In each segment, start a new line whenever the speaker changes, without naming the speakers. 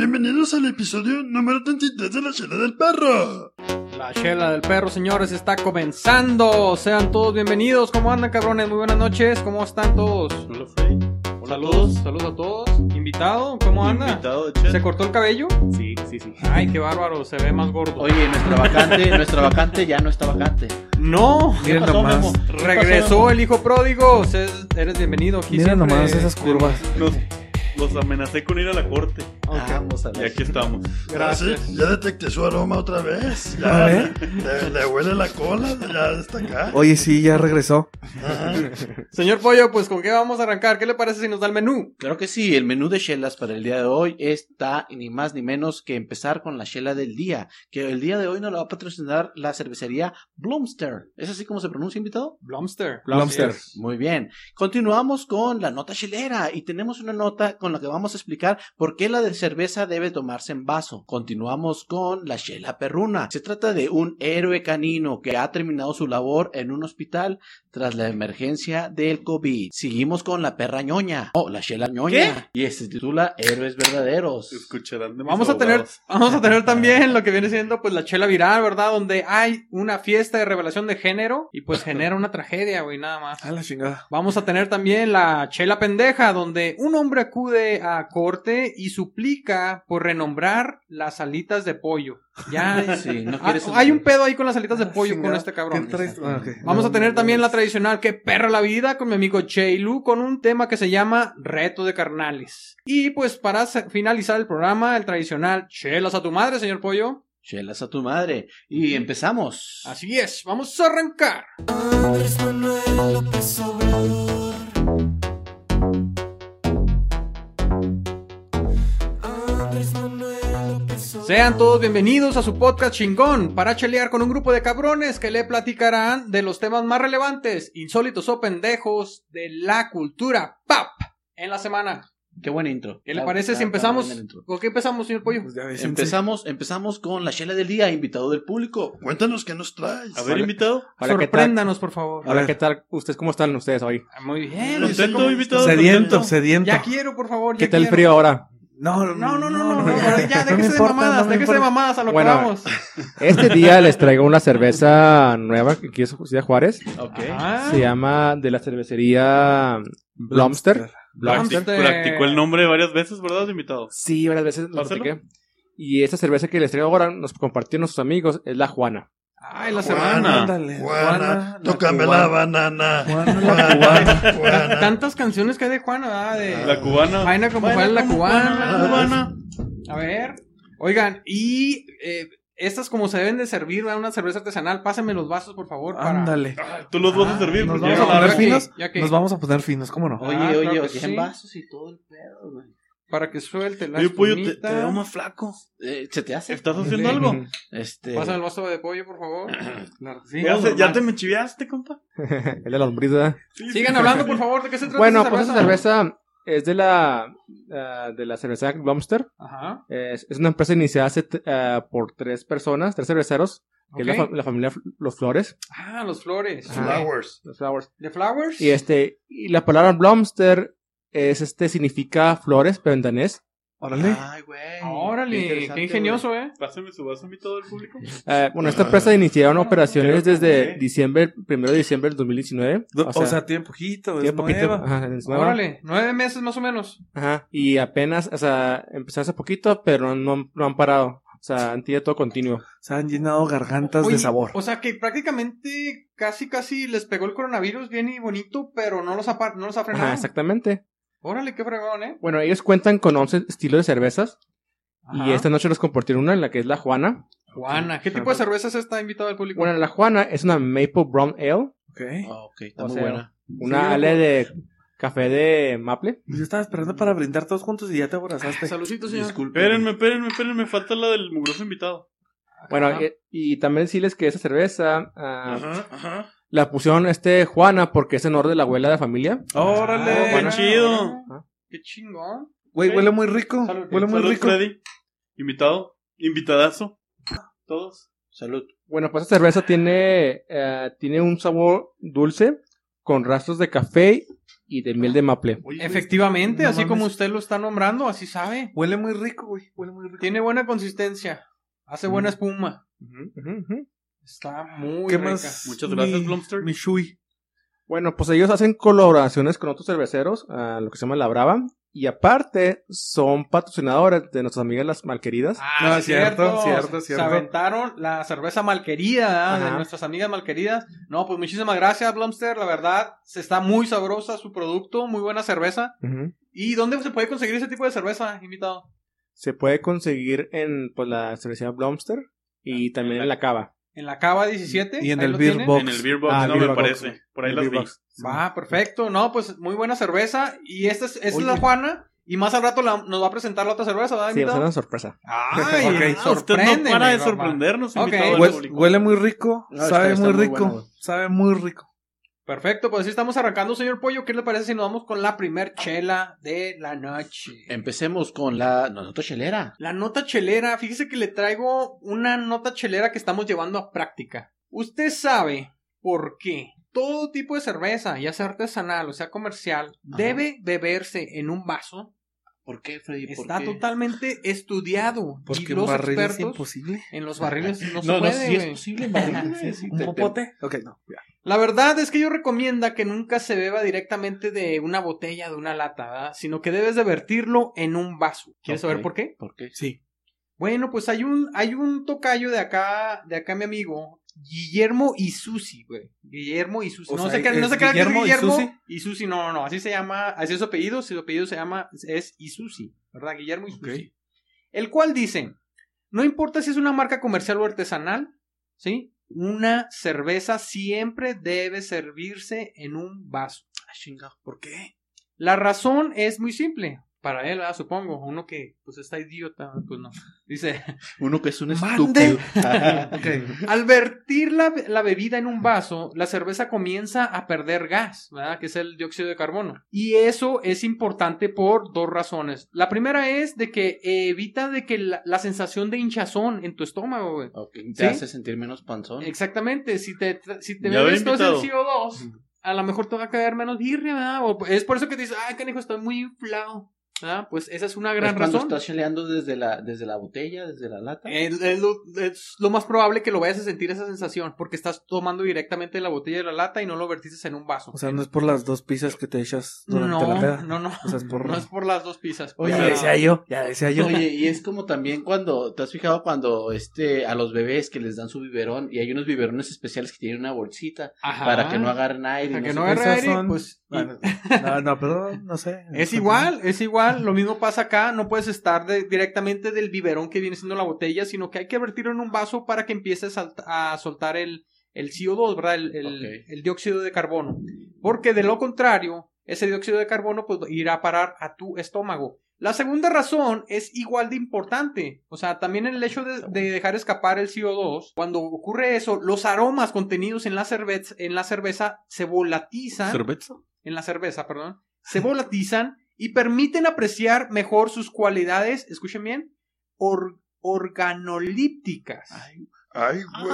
Bienvenidos al episodio número 33 de la Chela del Perro.
La chela del perro, señores, está comenzando. Sean todos bienvenidos. ¿Cómo andan, cabrones? Muy buenas noches. ¿Cómo están todos?
Hola, Freddy. Hola a todos.
Saludos a todos. Invitado, ¿cómo anda?
Invitado de Chet.
¿Se cortó el cabello?
Sí, sí, sí.
Ay, qué bárbaro, se ve más gordo.
Oye, nuestra vacante, nuestra vacante ya no está vacante.
no.
Miren pasó, nomás. Memo? ¿Qué
Regresó el hijo pródigo. Ses- eres bienvenido aquí.
Mira
siempre.
nomás esas curvas.
Los, los amenacé con ir a la corte.
Vamos a
Y
la-
aquí estamos.
Gracias.
Ah, Sí, ya detecté su aroma otra vez.
A
Ya le,
ver.
le huele la cola, ya está acá.
Oye, sí, ya regresó.
Ajá.
Señor Pollo, pues con qué vamos a arrancar? ¿Qué le parece si nos da el menú?
Claro que sí, el menú de chelas para el día de hoy está ni más ni menos que empezar con la chela del día, que el día de hoy nos la va a patrocinar la cervecería Bloomster. ¿Es así como se pronuncia, invitado?
Blomster.
Blomster.
Muy bien. Continuamos con la nota chilera y tenemos una nota con la que vamos a explicar por qué la de cerveza debe tomarse en vaso. Continuamos con la chela perruna. Se trata de un héroe canino que ha terminado su labor en un hospital tras la emergencia del COVID. Seguimos con la perra ñoña. Oh, la chela ñoña. Y se titula Héroes Verdaderos.
Escucharán de mis
Vamos a tener,
abogados.
vamos a tener también lo que viene siendo pues la chela viral, ¿verdad? Donde hay una fiesta de revelación de género y pues genera una tragedia, güey, nada más.
A la chingada.
Vamos a tener también la chela pendeja, donde un hombre acude a corte y suplica por renombrar las alitas de pollo. Ya,
Sí, no
Ah,
quieres-
hay un pedo ahí con las alitas de
Ah,
pollo
chingada.
con este cabrón.
¿Qué traes? Ah, ok.
Vamos a
No,
tener
no,
también
no.
la tradicional que perra la vida con mi amigo Cheilu con un tema que se llama Reto de Carnales. Y pues para se- finalizar el programa, el tradicional Chelas a tu madre, señor Pollo.
Chelas a tu madre. Y empezamos.
Así es, vamos a arrancar. Sean todos bienvenidos a su podcast chingón para chelear con un grupo de cabrones que le platicarán de los temas más relevantes, insólitos o pendejos de la cultura pop en la semana.
Qué buen intro.
¿Qué le parece si empezamos? ¿Con qué empezamos, señor Pollo?
Pues ya ves,
Empezamos, empezamos con la chela del día, invitado del público.
Cuéntanos qué nos traes.
A ver, invitado.
Hola, ¿qué tal?
Sorpréndanos, por favor.
Hola, ¿qué tal? ¿Ustedes cómo están ustedes hoy?
Ah, Muy bien.
Contento,
¿usted cómo-
invitado.
sí. Sediento, sediento.
Ya quiero, por favor.
¿Qué
ya
tal el
quiero.
frío ahora?
No,
No, no, no, no, no,
ya.
ya,
No me
déjese de
importa,
mamadas,
no
déjese
me
de
importa.
mamadas a lo
Bueno,
que vamos.
Este día les traigo una cerveza nueva que aquí es Ciudad Juárez.
Ok.
Ah,
Se llama de la cervecería Blomster.
Practi-
Blomster.
Practicó el nombre varias veces, ¿verdad, invitado?
Sí, varias veces lo
Pásalo.
platiqué. Y esta cerveza que les traigo ahora nos compartieron nuestros amigos es la Juana.
Ay,
Juana,
la semana.
Ándale,
Juana,
Juana,
tócame
la
la
cubana.
banana.
Juana, la
Juana, Juana.
Tantas canciones que hay de Juana, ¿verdad? De...
La cubana.
Vaina como
Vaina
Juana la
como
cubana.
Juana la cubana.
A ver. Oigan, y eh, estas como se deben de servir, ¿verdad? Una cerveza artesanal. Pásenme los vasos, por favor. para-
Ándale.
Ah, Tú los vas a
Ah,
servir.
Nos
porque
vamos
ya
a
la
poner
Ya que-
finos.
ya que-
Nos vamos a poner finos, ¿cómo no?
Ah,
Oye, oye,
claro que
oye, en
sí.
vasos y todo el pedo, güey.
Para que suelte la
Oye, pollo, te, te veo más flaco.
Eh, ¿Se te hace?
¿Estás haciendo algo?
Este.
Pásame el vaso de pollo, por favor.
Ya, se- ya
normal.
te me chiviaste, compa.
el de la lombriz, ¿verdad?
Sí,
Sigan
sí.
hablando, por favor, ¿de qué se trata
Bueno,
esa
pues esta cerveza es de la, ah, de la cerveza Blomster.
Ajá.
Es, es una empresa iniciada hace, ah, por tres personas, tres cerveceros, que es la,
ok.
fa- la familia Fl- Los Flores.
Ah, los flores.
Ajá.
Flowers.
Los Flowers.
¿De flowers?
Y este, y la palabra Blomster es este, significa flores, pero en danés.
Órale.
Ah,
Ay, güey. Qué
Órale,
interesante,
qué ingenioso, eh.
Pásame su vaso, invitado del público.
Eh, bueno, esta empresa iniciaron operaciones
Creo que
desde
sí.
diciembre, primero de diciembre del 2019.
Do- O sea, tiene poquito, es
tiene poquito.
nueva.
Ajá, es nueva.
Órale, nueve meses más o menos.
Ajá, y apenas, o sea, empezó hace poquito, pero no, han- no han parado. O sea, han tenido todo continuo.
Se han llenado gargantas
Oye,
de sabor.
O sea que prácticamente casi casi les pegó el coronavirus bien y bonito, pero no los ha, par- no los ha frenado.
Ajá, exactamente.
Órale, qué fregón, eh.
Bueno, ellos cuentan con 11 estilos de cervezas. Y
Ajá.
esta noche nos compartieron una, en la que es la Juana.
Juana, ¿qué tipo de cerveza es esta invitada al público?
Bueno, la Juana es una Maple Brown Ale.
Ok.
Ah, ok, está
O
muy
sea,
buena.
Una
Sí,
ale de café de maple.
Yo estaba esperando para brindar todos juntos y ya te abrazaste.
Saludcitos, Ah, señor.
Espérenme, espérenme, espérenme. Falta la del mugroso invitado.
Bueno,
Ajá.
eh,
y, y también decirles que esa cerveza ah,
Ajá, ajá.
la pusieron este Juana porque es en honor de la abuela de la familia.
Órale.
Ah, bueno. chido.
Ah, Qué chingón.
Güey, huele muy rico.
Salud.
Huele muy
Salud,
rico.
Freddy. Invitado. Invitadazo. Todos.
Salud.
Bueno, pues esta cerveza tiene, eh, tiene un sabor dulce con rastros de café y de miel de maple.
Oye, güey,
Efectivamente,
pues, No
así como
mames.
usted lo está nombrando, así sabe.
Huele muy rico, güey. Huele muy rico.
Tiene buena consistencia. Hace buena espuma.
Ujú, ujú.
Está muy
Mm. ¿Qué
rica.
más?
Muchas gracias,
Mi-
Blomster.
Mi Shui.
Bueno, pues ellos hacen colaboraciones con otros cerveceros, ah, lo que se llama La Brava. Y aparte, son patrocinadores de nuestras amigas las malqueridas.
Ah,
No, cierto, cierto,
Se
cierto.
aventaron la cerveza malquerida ¿ah? de
Ajá.
nuestras amigas malqueridas. No, pues muchísimas gracias, Blumster. La verdad, se está muy sabrosa su producto, muy buena cerveza.
Ujú.
¿Y dónde se puede conseguir ese tipo de cerveza, invitado?
Se puede conseguir en pues, la cervecería Blomster y también en la cava.
En la Cava 17.
Y en
ahí
el
lo
Beer
tienen.
Box.
En el Beer Box,
Ah,
no
Beer
me
Box,
parece.
sí.
Por ahí
El
las
Beer
vi.
Box.
Ah, perfecto. No, pues muy buena cerveza. Y esta es, esta es
Oye.
la Juana. Y más al rato la- nos va a presentar la otra cerveza, ¿verdad,
Sí, va a ser
invitado?
una sorpresa.
Ay,
Ok.
ah,
Usted no para
sorpréndeme,
de
Roma.
sorprendernos,
Ok.
invitado del
Hue-
público.
huele muy rico.
No,
sabe
Ah, está-
muy
está muy
rico.
buena, güey.
sabe muy rico.
Perfecto, pues sí estamos arrancando, señor Pollo. ¿Qué le parece si nos vamos con la primer chela de la noche?
Empecemos con la no, nota chelera.
La nota chelera, fíjese que le traigo una nota chelera que estamos llevando a práctica. Usted sabe por qué todo tipo de cerveza, ya sea artesanal o sea comercial,
Ajá.
debe beberse en un vaso.
¿Por qué, Freddy? ¿Por
Está
qué?
totalmente estudiado. y
Porque un
los
barril es
expertos
imposible.
en los barriles no, se
No, no,
puede,
sí es
güey.
posible, Mariana. Sí, sí, te- te-
Ok, no. ya.
La verdad es que yo recomienda que nunca se beba directamente de una botella, de una lata, ¿verdad? sino que debes de vertirlo en un vaso. ¿Quieres saber
Ok.
por qué?
¿Por qué?
Sí.
Bueno, pues hay un, hay un tocayo de acá, de acá mi amigo, Guillermo Isusi, güey. Guillermo Isusi.
O
No
sea,
sé qué, no
¿es
sé qué Guillermo,
Guillermo
Guillermo
Isusi?
Isusi, no, no, no, así se llama, así es su apellido, su apellido se llama, es Isusi, ¿verdad? Guillermo Isusi. El cual dice, no importa si es una marca comercial o artesanal, ¿sí? Una cerveza siempre debe servirse en un vaso.
Ah, chinga,
¿Por qué?
La razón es muy simple. Para él, ah, supongo, uno que pues está idiota, pues no. Dice,
Uno que es un
Mande.
estúpido.
Ah, Ok.
al vertir la, la bebida en un vaso, la cerveza comienza a perder gas, ¿verdad? Que es el dióxido de carbono. Y eso es importante por dos razones. La primera es de que evita de que la, la sensación de hinchazón en tu estómago, güey.
Ok, Te
¿Sí?
hace sentir menos panzón.
Exactamente, si te, si te
Ya
bebes
había
todo ese
invitado.
CO2, a lo mejor te va a caer menos birria, ¿verdad? O es por eso que te dices, ay, canijo, estoy muy inflado. ¿verdad? Pues esa es una gran
es cuando
razón. Eh,
estás cheleando desde la, desde la botella, desde la lata.
Es, es lo, es lo más probable que lo vayas a sentir esa sensación, porque estás tomando directamente de la botella de la lata y no lo vertiste en un vaso.
O sea, no es por las dos pizzas que te echas durante
no,
la peda.
no, no,
O sea, es por...
no es por las dos pizzas.
Oye,
Ya.
ya decía yo, ya decía yo.
Oye, y es como también cuando, ¿te has fijado cuando este a los bebés que les dan su biberón y hay unos biberones especiales que tienen una bolsita
Ajá.
para que no agarren aire? y
Ah, Para que
sé
no
qué?
agarre
Esas
aire,
son-
pues, y-
Bueno, no, no, perdón, no sé.
Es igual, es igual, lo mismo pasa acá, no puedes estar de- directamente del biberón que viene siendo la botella, sino que hay que vertirlo en un vaso para que empieces a, a soltar el, el CO2, ¿verdad? El, el-
Ok.
el dióxido de carbono. Porque de lo contrario, ese dióxido de carbono pues, irá a parar a tu estómago. La segunda razón es igual de importante. O sea, también el hecho de, de dejar escapar el CO2, cuando ocurre eso, los aromas contenidos en la cerveza, en la cerveza se volatizan
¿Cerveza?
en la cerveza, perdón, se volatizan y permiten apreciar mejor sus cualidades, escuchen bien, or- organolípticas.
Ay, güey.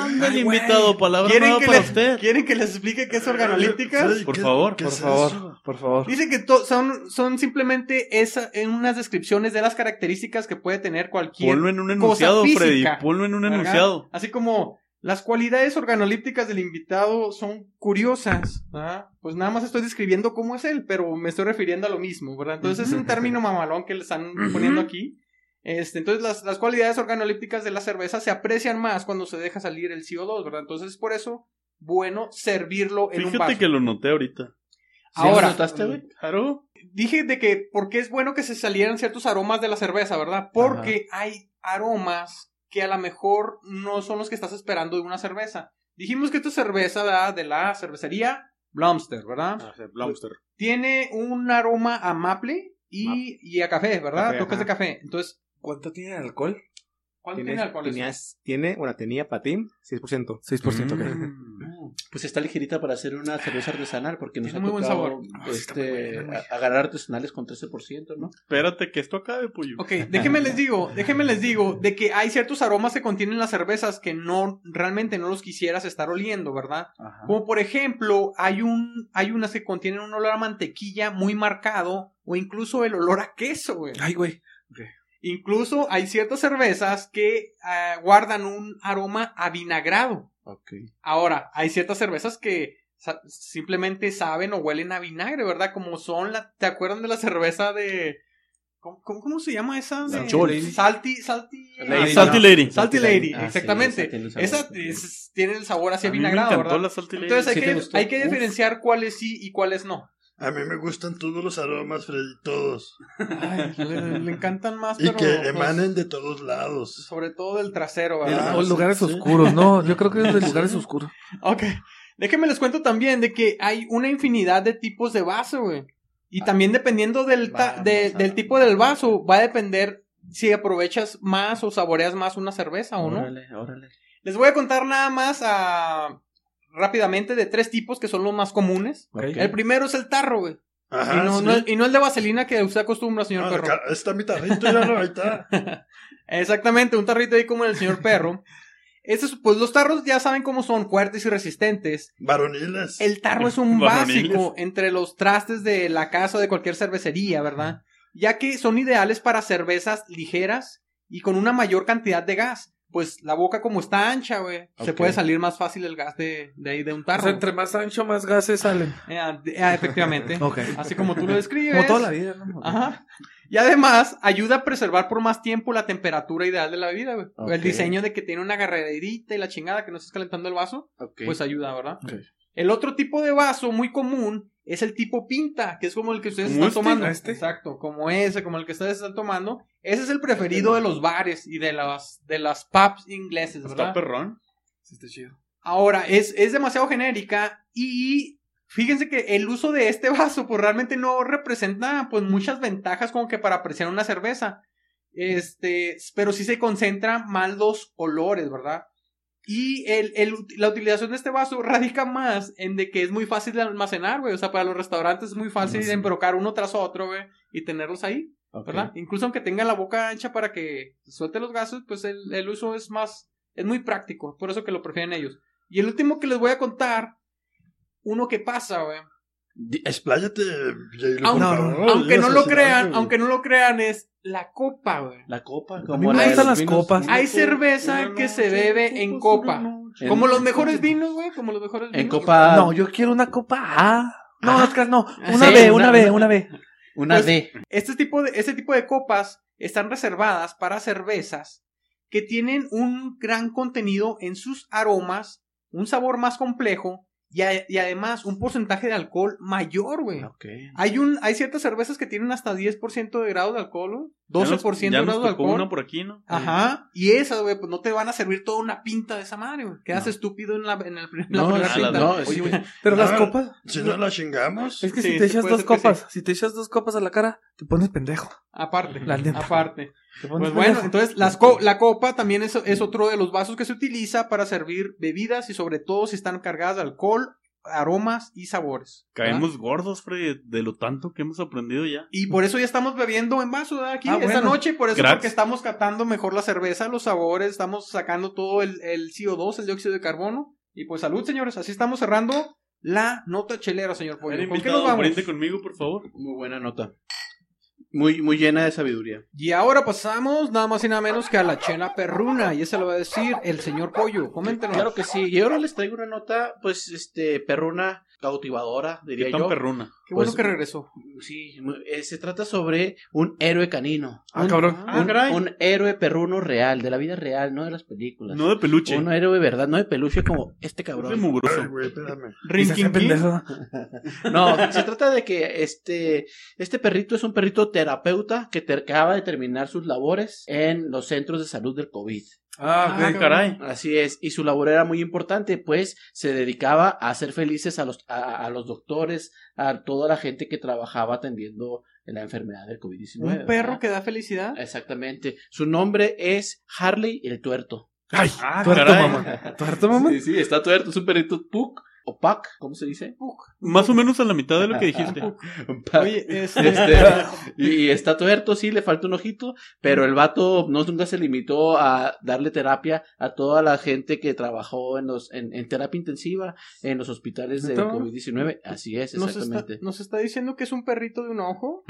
Ándale, invitado, palabra nueva
que
para
les,
usted.
quieren que les explique qué es organolípticas?
Freddy,
Por
¿qué-
favor,
qué
Por
es
favor,
eso?
por favor.
Dicen que to- son, son simplemente esa, en unas descripciones de las características que puede tener cualquier
Ponlo en un
Cosa
enunciado, Freddy.
física.
Ponlo en un
¿verdad?
enunciado.
Así como las cualidades organolípticas del invitado son curiosas, ¿verdad? pues nada más estoy describiendo cómo es él, pero me estoy refiriendo a lo mismo, ¿verdad? Entonces es un término mamalón que le están poniendo aquí. Este, entonces las, las cualidades organolípticas de la cerveza se aprecian más cuando se deja salir el CO2, ¿verdad? Entonces por eso bueno servirlo en un
Fíjate
vaso.
que lo noté ahorita.
¿Sí lo
Ahora,
notaste, güey?
Claro.
dije de que porque es bueno que se salieran ciertos aromas de la cerveza, ¿verdad? Porque hay aromas que a lo mejor no son los que estás esperando de una cerveza. Dijimos que esta cerveza ¿verdad? de la cervecería Blomster, ¿verdad?
Ah.
Tiene un aroma a maple y, y a café, ¿verdad?
Café,
Toques
ajá.
de café. Entonces,
¿Cuánto tiene de alcohol?
¿cuál
Tiene-
tiene alcohol?
tenías- tiene, bueno, tenía para ti 6%.
6%, ok.
Mm.
Pues está ligerita para hacer una cerveza artesanal porque nos
Tiene
ha
muy buen
tocado,
sabor.
Ah, sí, está muy
este,
buena, güey.
a- agarrar artesanales con 13%, ¿no?
Espérate que esto acabe, Puyo.
Ok, déjenme les digo, déjenme les digo de que hay ciertos aromas que contienen las cervezas que no, realmente no los quisieras estar oliendo, ¿verdad?
Ajá.
Como por ejemplo, hay un, hay unas que contienen un olor a mantequilla muy marcado, o incluso el olor a queso, güey.
Ay, güey.
Incluso hay ciertas cervezas que ah, guardan un aroma avinagrado. Ahora, hay ciertas cervezas que sa- simplemente saben o huelen a vinagre, ¿verdad? Como son la, ¿te acuerdan de la cerveza de ¿Cómo, cómo- cómo se llama esa?
La
De-
Choli.
Salty, salty.
Lady,
Salty
no.
Lady.
Salty Lady,
Ah, sí,
exactamente.
esa tiene un sabor.
esa es- tiene el sabor así
A mí me
avinagrado,
encantó
¿verdad?
la Salty Lady.
Entonces hay,
¿Sí te
que,
gustó?
hay que
Uf.
diferenciar cuáles sí y cuáles no.
A mí me gustan todos los aromas, Freddy, todos.
Ay, le, le encantan más,
Y
pero
que
pues,
emanen de todos lados.
sobre todo del trasero,
Ah,
¿verdad?
o
sí,
lugares
sí.
oscuros, no, yo creo que es de lugares oscuros.
Ok. Déjenme les cuento también de que hay una infinidad de tipos de vaso, güey. Y también dependiendo del, ta- de-
Vamos a
del
la
tipo del vaso, va a depender si aprovechas más o saboreas más una cerveza o no.
Órale, órale.
Les voy a contar nada más ah, rápidamente de tres tipos que son los más comunes.
Ok.
El primero es el tarro, güey.
Ajá,
y, no,
sí.
no el- y no el de vaselina que usted acostumbra, señor
Ah,
perro.
acá está mi tarrito, ya lo, ahí está.
Exactamente, un tarrito ahí como el del señor perro. Esos, pues los tarros ya saben cómo son, fuertes y resistentes.
Varoniles.
El tarro es un
Varoniles.
básico entre los trastes de la casa o de cualquier cervecería, ¿verdad? Ya que son ideales para cervezas ligeras y con una mayor cantidad de gas. Pues la boca como está ancha, güey, se
Ok.
puede salir más fácil el gas de, de ahí de un
O
tarro.
sea, entre más ancho, más gases salen.
Eh, ah, de- ah, efectivamente.
Ok.
Así como tú lo describes.
Como toda la vida, ¿no?
Ajá. Y además ayuda a preservar por más tiempo la temperatura ideal de la bebida, güey. El
Ok.
diseño de que tiene una agarraderita y la chingada que no estés calentando el vaso,
Ok.
pues ayuda, ¿verdad?
Ok.
El otro tipo de vaso muy común es el tipo pinta, que es como el que ustedes
Como
están
este,
tomando.
este.
Exacto, como ese, como el que ustedes están tomando. Ese es el preferido de los bares y de las de las pubs ingleses,
Está
¿verdad?
perrón.
Sí, está chido.
Ahora, es, es demasiado genérica y fíjense que el uso de este vaso pues realmente no representa pues muchas ventajas como que para apreciar una cerveza. Este, pero sí se concentran más los olores, ¿verdad? Y el, el ut- la utilización de este vaso radica más en de que es muy fácil de almacenar, güey. O sea, para los restaurantes es muy fácil de embrocar uno tras otro, güey, y tenerlos ahí,
Ok.
¿verdad? Incluso aunque tenga la boca ancha para que suelte los gases, pues el, el uso es más, es muy práctico. Por eso que lo prefieren ellos. Y el último que les voy a contar, uno que pasa, güey.
Di- es-
Expláyate, Jairo, por
Aunque,
Oh,
favor,
aunque no
digas
lo
así,
crean,
güey.
aunque no lo crean, es la copa, güey.
La copa.
A mí me
la de
gustan
los
las
vinos.
copas.
Hay cerveza que se bebe en copa.
En-
Como los mejores vinos, güey. Como los mejores vinos.
En copa.
No, yo quiero una copa A. No,
Ah.
Oscar, no. Una
Sí,
B,
una-
una B, una B.
Una
Pues-
D.
Este tipo de, este tipo de copas están reservadas para cervezas que tienen un gran contenido en sus aromas, un sabor más complejo y, a- y además un porcentaje de alcohol mayor, güey.
Ok.
Hay, un, hay ciertas cervezas que tienen hasta 10% de grado de alcohol, güey, 12%
Ya
de
nos
grado de
tocó pues,
alcohol.
una por aquí, ¿no? Eh,
Ajá. Y esas, güey, pues no te van a servir toda una pinta de esa madre, güey. Quedas estúpido en la, en el, en la
No,
primera
sí,
pinta.
no, sí.
Pero las
Ah.
copas.
Si no la chingamos.
Es que
Sí,
si te
sí
echas
puede
dos
ser que
copas, si te echas dos copas a la cara, te pones pendejo.
Aparte,
La neta.
aparte.
Te pones
Pues bueno,
pendejo.
entonces las co-
pues.
la copa también es, es otro de los vasos que se utiliza para servir bebidas y sobre todo si están cargadas de alcohol, aromas y sabores. ¿verdad?
Caemos gordos, Freddy, de lo tanto que hemos aprendido ya.
Y por eso ya estamos bebiendo en vaso ¿verdad? aquí
Ah,
esta
bueno.
noche, por eso
Gracias.
porque estamos captando mejor la cerveza, los sabores, estamos sacando todo el, el CO2, el dióxido de carbono. Y pues salud, señores, así estamos cerrando la nota chelera, señor
Era
Pollo. ¿Con qué
invitado,
nos vamos?
brinde conmigo, por favor.
Muy buena nota. Muy, muy llena de sabiduría.
Y ahora pasamos nada más y nada menos que a la chela perruna, y esa lo va a decir el señor Pollo. Coméntenos.
Claro que sí. Y ahora les traigo una nota, pues, este, perruna, cautivadora, diría
Qué tan
yo.
perruna.
Qué bueno
Pues-
que regresó.
Sí, mu- eh, se trata sobre un héroe canino.
Ah,
un,
cabrón.
Ah,
un-
caray.
un héroe perruno real, de la vida real, no de las películas.
No de Pues peluche.
un héroe de verdad, no de peluche como este
Es de
cabrón.
mugroso.
Ay, güey, espérame.
Y se hace pendejo.
No, se trata de que este, este perrito es un perrito terapeuta que te- acaba de terminar sus labores en los centros de salud del COVID.
Ah,
Ah,
ok.
caray.
Así es, y su labor era muy importante, pues se dedicaba a hacer felices a los, a, a los doctores, a toda la gente que trabajaba atendiendo la enfermedad del COVID-19.
Un
¿verdad?
perro que da felicidad.
Eh,
Exactamente. Su nombre es Harley el Tuerto.
Ay,
Ah,
tuerto,
caray.
mamá. Tuerto, mamá.
Sí, sí, está tuerto, es un perrito puk o pack, ¿cómo se dice?
Más o menos a la mitad de lo que dijiste.
Un pack.
Oye, este,
Este, y está tuerto, sí, le falta un ojito, pero el vato no nunca se limitó a darle terapia a toda la gente que trabajó en los en, en terapia intensiva en los hospitales de
¿Neta?
COVID-19. Así es,
nos, está,
exactamente.
nos está diciendo que es un perrito de un ojo.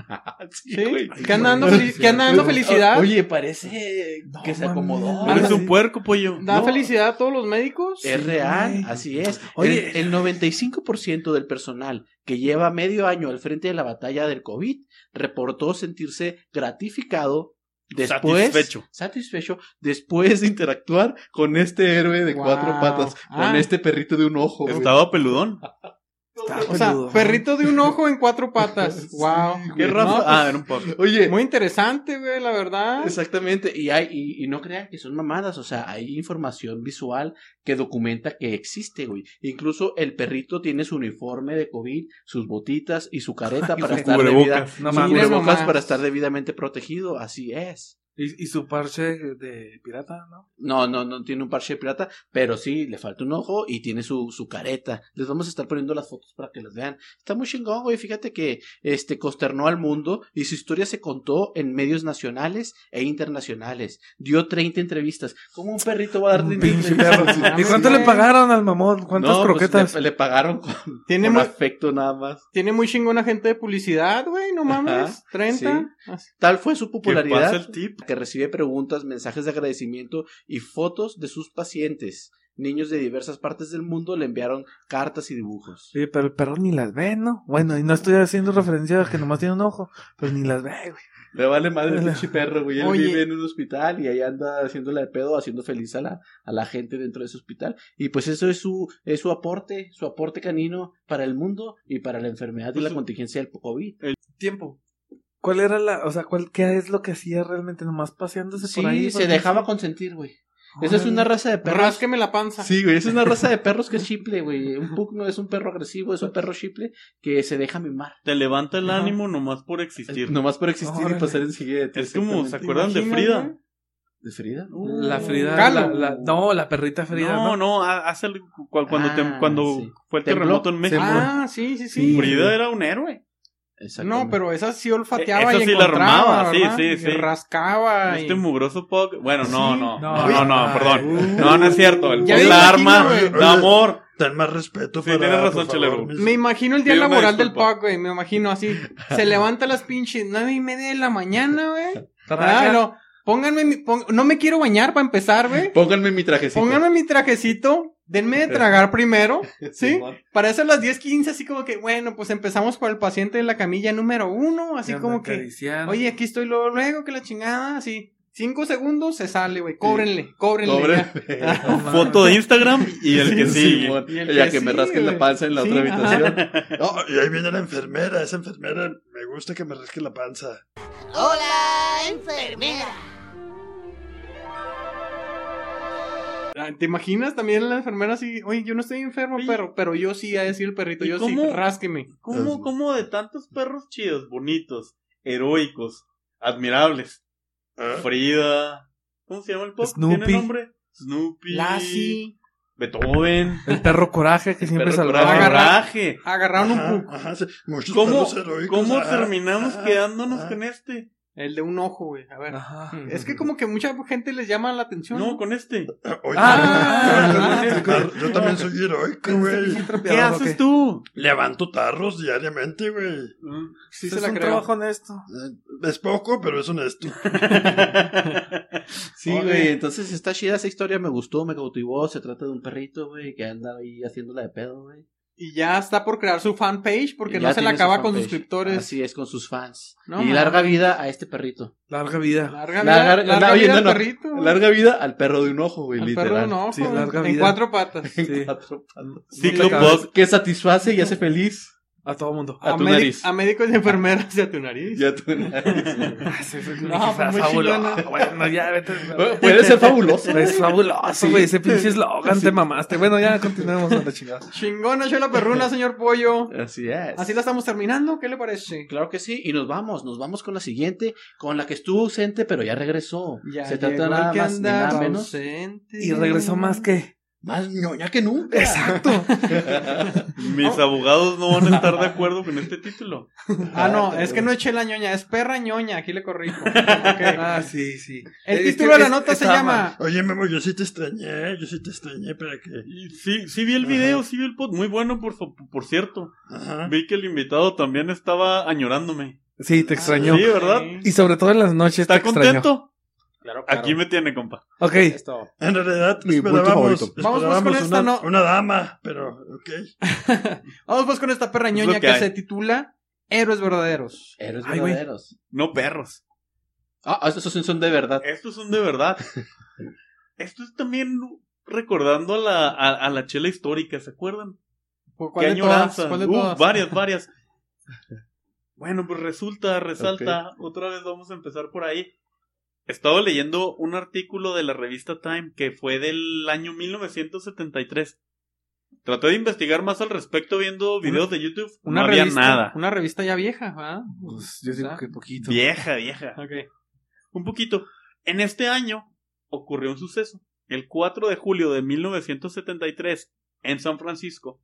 Sí,
¿Sí?
güey.
Que anda dando, fel- que anda dando felicidad.
Oye, parece que se
No,
acomodó.
mames.
Eres un puerco, pollo.
Da
no.
felicidad a todos los médicos.
Es real,
güey.
así es.
Oye.
el, el 95% del personal que lleva medio año al frente de la batalla del COVID reportó sentirse gratificado después
Satisfecho.
satisfecho después de interactuar con este héroe de
Wow.
cuatro patas,
Ah.
con este perrito de un ojo. güey.
Estaba peludón.
Ah,
O sea,
peludo.
perrito de un ojo en cuatro patas. wow.
¿Qué
No,
raza?
pues,
Ah, era un puerco.
Oye,
Muy interesante, güey, la verdad.
exactamente, y hay y, y no crean que son mamadas, o sea, hay información visual que documenta que existe, güey. Incluso el perrito tiene su uniforme de COVID, sus botitas y su careta para
su
estar debida,
cubrebocas.
No
su
mames.
Mira
cubrebocas
nomás.
para estar debidamente protegido, así es.
Y, y su parche de pirata, ¿no?
No, no, no tiene un parche de plata, pero sí, le falta un ojo y tiene su, su careta. Les vamos a estar poniendo las fotos para que las vean. Está muy chingón, güey. Fíjate que este consternó al mundo y su historia se contó en medios nacionales e internacionales. Dio 30 entrevistas. ¿Cómo un perrito va a dar
Un
30
pinche
entrevistas?
perro. ¿Y cuánto le pagaron al mamón? ¿Cuántas
No, pues,
croquetas?
le, le pagaron con,
Tiene,
con
muy,
afecto nada más.
tiene muy chingona gente de publicidad, güey, no mames.
Ajá,
30. Así.
Tal fue su
¿Qué pasa
popularidad
el tip?
que recibe preguntas, mensajes de agradecimiento y fotos de sus pacientes. Niños de diversas partes del mundo le enviaron cartas y dibujos.
Oye, pero el perro ni las ve, ¿no? Bueno, y no estoy haciendo referencia a que nomás tiene un ojo, pero ni las ve, güey.
Le vale madre el pinche perro, güey. Él
Oye.
vive en un hospital y ahí anda haciéndole de pedo, haciendo feliz a la, a la gente dentro de ese hospital. Y pues eso es su, es su aporte, su aporte canino para el mundo y para la enfermedad y
Pues
la
su-
contingencia del COVID.
Tiempo. ¿Cuál era la, o sea, cuál, qué es lo que hacía realmente nomás paseándose
Sí,
por ahí?
se dejaba consentir, güey. Esa es una raza de perros.
Rásqueme la panza.
Sí, güey, esa es una raza de perros que es chiple, güey. Un pug no es un perro agresivo, es un perro chiple que se deja mimar.
Te levanta el
Ajá.
ánimo nomás por existir.
Nomás por existir y
Órale.
pasar en siguiente.
Es como, ¿se
exactamente.
acuerdan de
Imagínate.
Frida?
¿De Frida?
Uh.
La Frida,
Calo.
la- la- no, la perrita Frida,
no,
¿no?
no, ha- hace el- cu- cuando, tem-
Ah,
cuando
sí.
fue el
Tembló.
terremoto en México.
Ah, sí, sí, sí.
Frida era un héroe.
Exactamente.
No, pero esa sí olfateaba
Esa
y
sí la
encontraba,
armaba, sí,
¿verdad?
sí,
Y
sí.
rascaba. y-
Este mugroso Pog. Bueno, no,
Sí.
no.
No,
No, no, no,
ay,
perdón.
uh.
No, no es cierto. El
Ya
Pog
me
la
imagino,
arma
güey.
de amor.
Ten más respeto,
Sí, tienes razón, Chelero.
Me imagino el día
Pido una
laboral del
disculpa.
Pac, güey, me imagino así. Se levanta a las pinches nueve y media de la mañana, güey.
Tarraca.
Ah, no. Pónganme mi- pon- no me quiero bañar para empezar, güey.
Pónganme mi trajecito.
Pónganme mi trajecito, denme de tragar primero, ¿sí? Para eso a las 10.15, así como que, bueno, pues empezamos por el paciente de la camilla número uno, así
Me
como
andan
que,
acariciando.
oye, aquí estoy luego, luego, que la chingada, así. Cinco segundos se sale, güey, cóbrenle, cóbrenle. ya.
No mames.
Foto de Instagram y el que sigue.
Simón.
Y el
ya
que
que, me
sí,
rasquen la
güey.
panza en la
Sí,
otra
ajá.
habitación.
No, y ahí viene la enfermera. Esa enfermera me gusta que me rasque la panza.
Hola, enfermera.
Ah, ¿Te imaginas también la enfermera así? Oye, yo no estoy enfermo,
Oye.
pero, pero yo sí, a decir el perrito,
¿Y
yo sí,
cómo?
rásqueme.
¿Cómo, cómo de tantos perros chidos, bonitos, heroicos, admirables?
¿Ah?
Frida. ¿Cómo se llama el pop? ¿Tiene
Snoopy.
nombre? Snoopy.
Lassie.
Beethoven.
El perro coraje que siempre
perro
salvaba.
coraje.
Coraje.
Agarraron un
Ajá,
puc,
ajá, sí. Muchos
¿Cómo,
perros heroicos,
¿cómo
ah,
ajá,
terminamos
ajá,
quedándonos
ajá.
con este?
el de un ojo, güey. A ver.
Ajá.
Es que como que mucha gente les llama la atención.
No, con este.
Ah, oye,
Ah,
yo-
ah,
yo- yo también soy heroico, güey.
¿Qué haces tú?
Levanto tarros diariamente, güey.
Pues
Sí
Ese
se
es
la
un
creo.
trabajo honesto.
Es poco, pero es honesto.
Sí, güey. Entonces está chida esa historia, me gustó, me cautivó. Se trata de un perrito, güey, que anda ahí haciéndola de pedo, güey.
Y ya está por crear su fanpage porque
Y
no
ya
se la
tiene su
acaba con
fanpage.
suscriptores.
Así es, con sus fans.
No
y
mames.
larga vida a este perrito.
Larga vida.
Larga vida,
Ah, Larga-
larga,
no, oye,
vida al
no, no.
perrito. güey.
Larga vida al perro de un ojo, güey,
Al
literal.
perro no,
Sí,
güey,
larga
en
vida.
cuatro patas.
Sí.
Cuatro patas.
Ciclopod.
Que satisface y hace feliz
A todo mundo.
a
A,
tu
médi-
nariz.
a médicos y enfermeras y a tu nariz.
Y a tu nariz, güey.
Ah, sí, fue-
No,
quizás
pues, muy
fabuloso.
chingona.
Bueno, ya vete.
Puede ser fabuloso. güey.
Es fabuloso, güey. Ese pinche eslogan te mamaste. Bueno, ya continuemos a la chingada.
Chingona, yo la perruna, señor Pollo.
Así es.
Así la estamos terminando, ¿qué le parece?
Claro que sí, y nos vamos, nos vamos con la siguiente, con la que estuvo ausente, pero ya regresó.
Ya
Se trata
llegó el
nada
que
más ni
andaba
nada menos
ausente.
Y regresó más que.
Más ñoña que nunca.
Exacto.
Mis abogados no van a estar de acuerdo con este título.
Ah, no, es que no eché la ñoña, es perra ñoña, aquí le corrijo. Ok.
Ah, sí, sí.
El
Es
título
que
de la
es-
nota se
está
llama Ah,
Oye, Memo, yo sí te extrañé, yo sí te extrañé, pero que...
Y sí, sí vi el video, sí vi el pod. Muy bueno, por, so- por cierto.
Ajá.
Vi que el invitado también estaba añorándome.
Ah, Sí, te extrañó.
Sí, ¿verdad?
Y sobre todo en las noches.
¿Está
te extrañó.
contento?
Claro,
Aquí me tiene, compa.
Ok.
Esto.
En realidad
Mi punto
esperábamos,
favorito.
Vamos, vamos con
esperábamos
esta,
una,
¿no?
una dama, pero ok.
Vamos pues con esta perra
Es lo
ñoña
que
que
hay.
se titula Héroes Verdaderos.
Héroes
Ay, güey.
verdaderos.
No perros.
Ah, ah, esos sí son de verdad.
Estos son de verdad. Esto es también recordando a la, a, a la chela histórica, ¿se acuerdan?
¿Por
Qué
cuál de todas?
añoranza.
¿Cuál de
Uh,
todas?
varias, varias. Bueno, pues resulta, resalta. Otra vez vamos a empezar por ahí. Estaba leyendo un artículo de la revista Time que fue del año 1973. Traté de investigar más al respecto viendo videos de YouTube.
Una
no había
revista,
nada.
Una revista ya vieja, ¿verdad?
Pues yo digo que poquito.
Vieja, vieja.
Ok.
Un poquito. En este año ocurrió un suceso. El 4 de julio de 1973, en San Francisco,